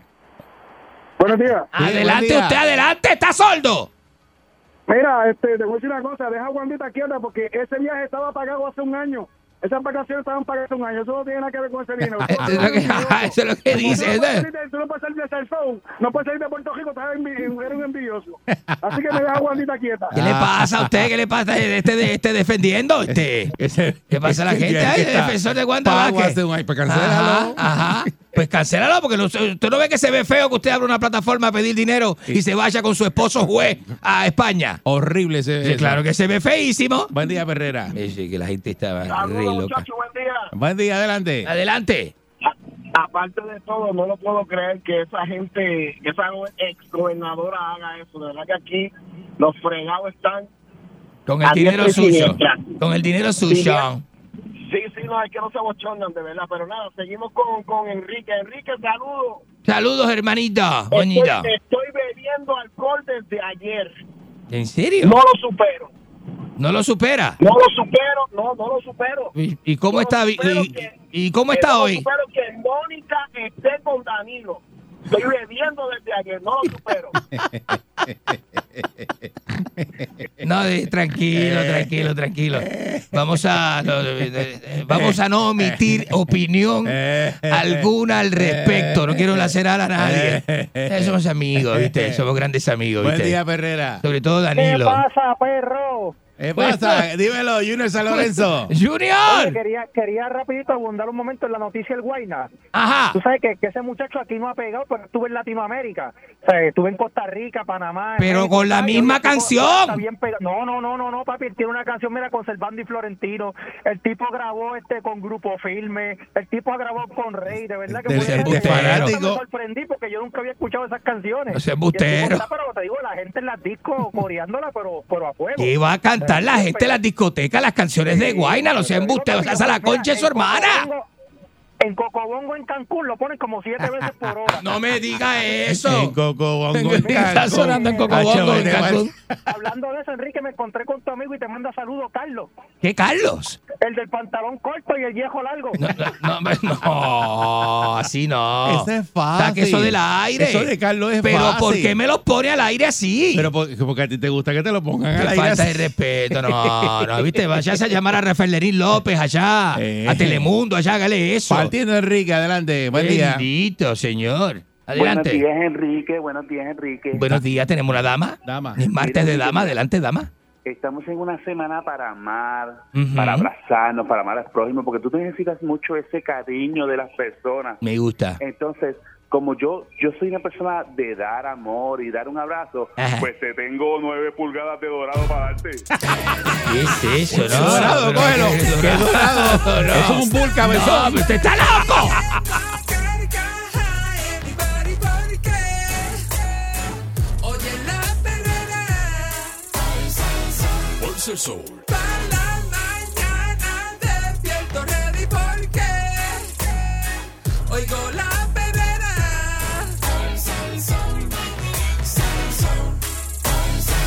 Buenos días. Adelante buen día. usted, adelante, está sordo. Mira, este, te voy a decir una cosa, deja a Wandita quieta porque ese viaje estaba pagado hace un año. Esas vacaciones estaban pagadas hace un año. Eso no tiene nada que ver con ese dinero. Ah, Eso es lo que, ah, eso es lo que dice. ¿eh? Tú no puedes salir de- Tú no puedes salir de Salfón, no puedes salir de Puerto Rico, estás envi- eres un envidioso. Así que me deja a Wandita quieta. ¿Qué le Ah. pasa a usted? ¿Qué le pasa? Este, este defendiendo. Este. ¿Qué pasa a la gente? Ay, el defensor de Wanda Pago Vázquez. hace un- ay, pues cancélalo. Ajá, ajá. Pues cancélalo, porque no- usted no ve que se ve feo que usted abra una plataforma a pedir dinero y se vaya con su esposo juez a España. (laughs) Horrible ese. Sí, eso. claro que se ve feísimo. Buen día, Perrera. Sí, que la gente está re Saludos, loca. muchachos, buen día. Buen día, adelante. Adelante. Aparte de todo, no lo puedo creer que esa gente, que esa ex gobernadora haga eso. De verdad que aquí los fregados están. Con el Adiós, dinero suyo. presidenta. Con el dinero suyo. Sí, sí, no, es que no se bochornan, de verdad. Pero nada, seguimos con, con Enrique. Enrique, saludos. Saludos, hermanita. Estoy, Bonita. estoy bebiendo alcohol desde ayer. ¿En serio? eh. No lo supero. ¿No lo supera? No lo supero, no, no lo supero. ¿Y, y cómo está? vi- supero y- que- y cómo que está no hoy? supero que Mónica esté con Danilo. Estoy bebiendo desde ayer, no lo supero. No, de- tranquilo, tranquilo, tranquilo. Vamos a, no, de- de- de- vamos a no omitir opinión alguna al respecto. No quiero lacerar a nadie. Eh, Somos amigos, ¿viste? Somos grandes amigos, Buen ¿viste? día, Perrera. Sobre todo (laughs) Danilo. pasa, perro? ¿Qué pasa? Dímelo, Junior San Lorenzo. Oye, (laughs) ¡Junior! quería, quería rapidito abundar un momento en la noticia del Guayna. Ajá. Tú sabes que, que ese muchacho aquí no ha pegado, pero estuve en Latinoamérica. O sea, estuve en Costa Rica, Panamá. en Pero México, con la ¿sabes? misma Oye, el tipo canción. está bien pegado. no, no, no, no, no, papi. Él tiene una canción, mira, con Servando y Florentino. El tipo grabó este con Grupo Firme. El tipo grabó con Rey. De verdad que Del- fue del una canción que fanático. hasta me sorprendí porque yo nunca había escuchado esas canciones. No seas Y el tipo embustero. está, pero te digo, la gente en las discos coreándola, pero, pero a fuego. ¿Qué va a cantar la gente en las discotecas las canciones de Guayna? No sean Pero, embusteos. pero, Esa es la mira, concha de en su hermana. Cocobongo- En Cocobongo, en Cancún, lo ponen como (laughs) siete veces por hora. No me diga En eso. Coco Bongo, en Está Cancún. sonando en Hacho, Cocobongo, en vete, vale. Cancún. Hablando de eso, Enrique, me encontré con tu amigo y te manda saludos, Carlos. ¿Qué, Carlos? El del pantalón corto y el viejo largo. No, no, no, no, así no. Eso es fácil. Saque eso del aire. Eso de Carlos es Pero fácil. ¿por qué me lo pone al aire así? Pero por- porque a ti te gusta que te lo pongan Qué al aire. falta de así. respeto, no, no, viste, vayas a llamar a Rafael Lerín López allá, Eh. a Telemundo allá, hágale eso. Partiendo Enrique, adelante. Buen día. Bendito, señor. Adelante. Buenos días, Enrique. Buenos días, Enrique. Buenos días, tenemos una dama. Dama. Es martes Mira, de dama, adelante, dama. Estamos en una semana para amar, Ujú. para abrazarnos, para amar al prójimo, porque tú necesitas mucho ese cariño de las personas. Me gusta. Eh, Entonces, como yo yo soy una persona de dar amor y dar un abrazo, Ah. Pues te tengo nueve pulgadas de dorado para darte. ¿Qué es eso, no? dorado, Pero cógelo. ¿qué es Qué dorado. No. Eso es un bull, cabezón. No, pero ¡Usted está loco! Oye la perrera. Por ser Soul. Para la mañana despierto ready porque oigo la perrera. RK.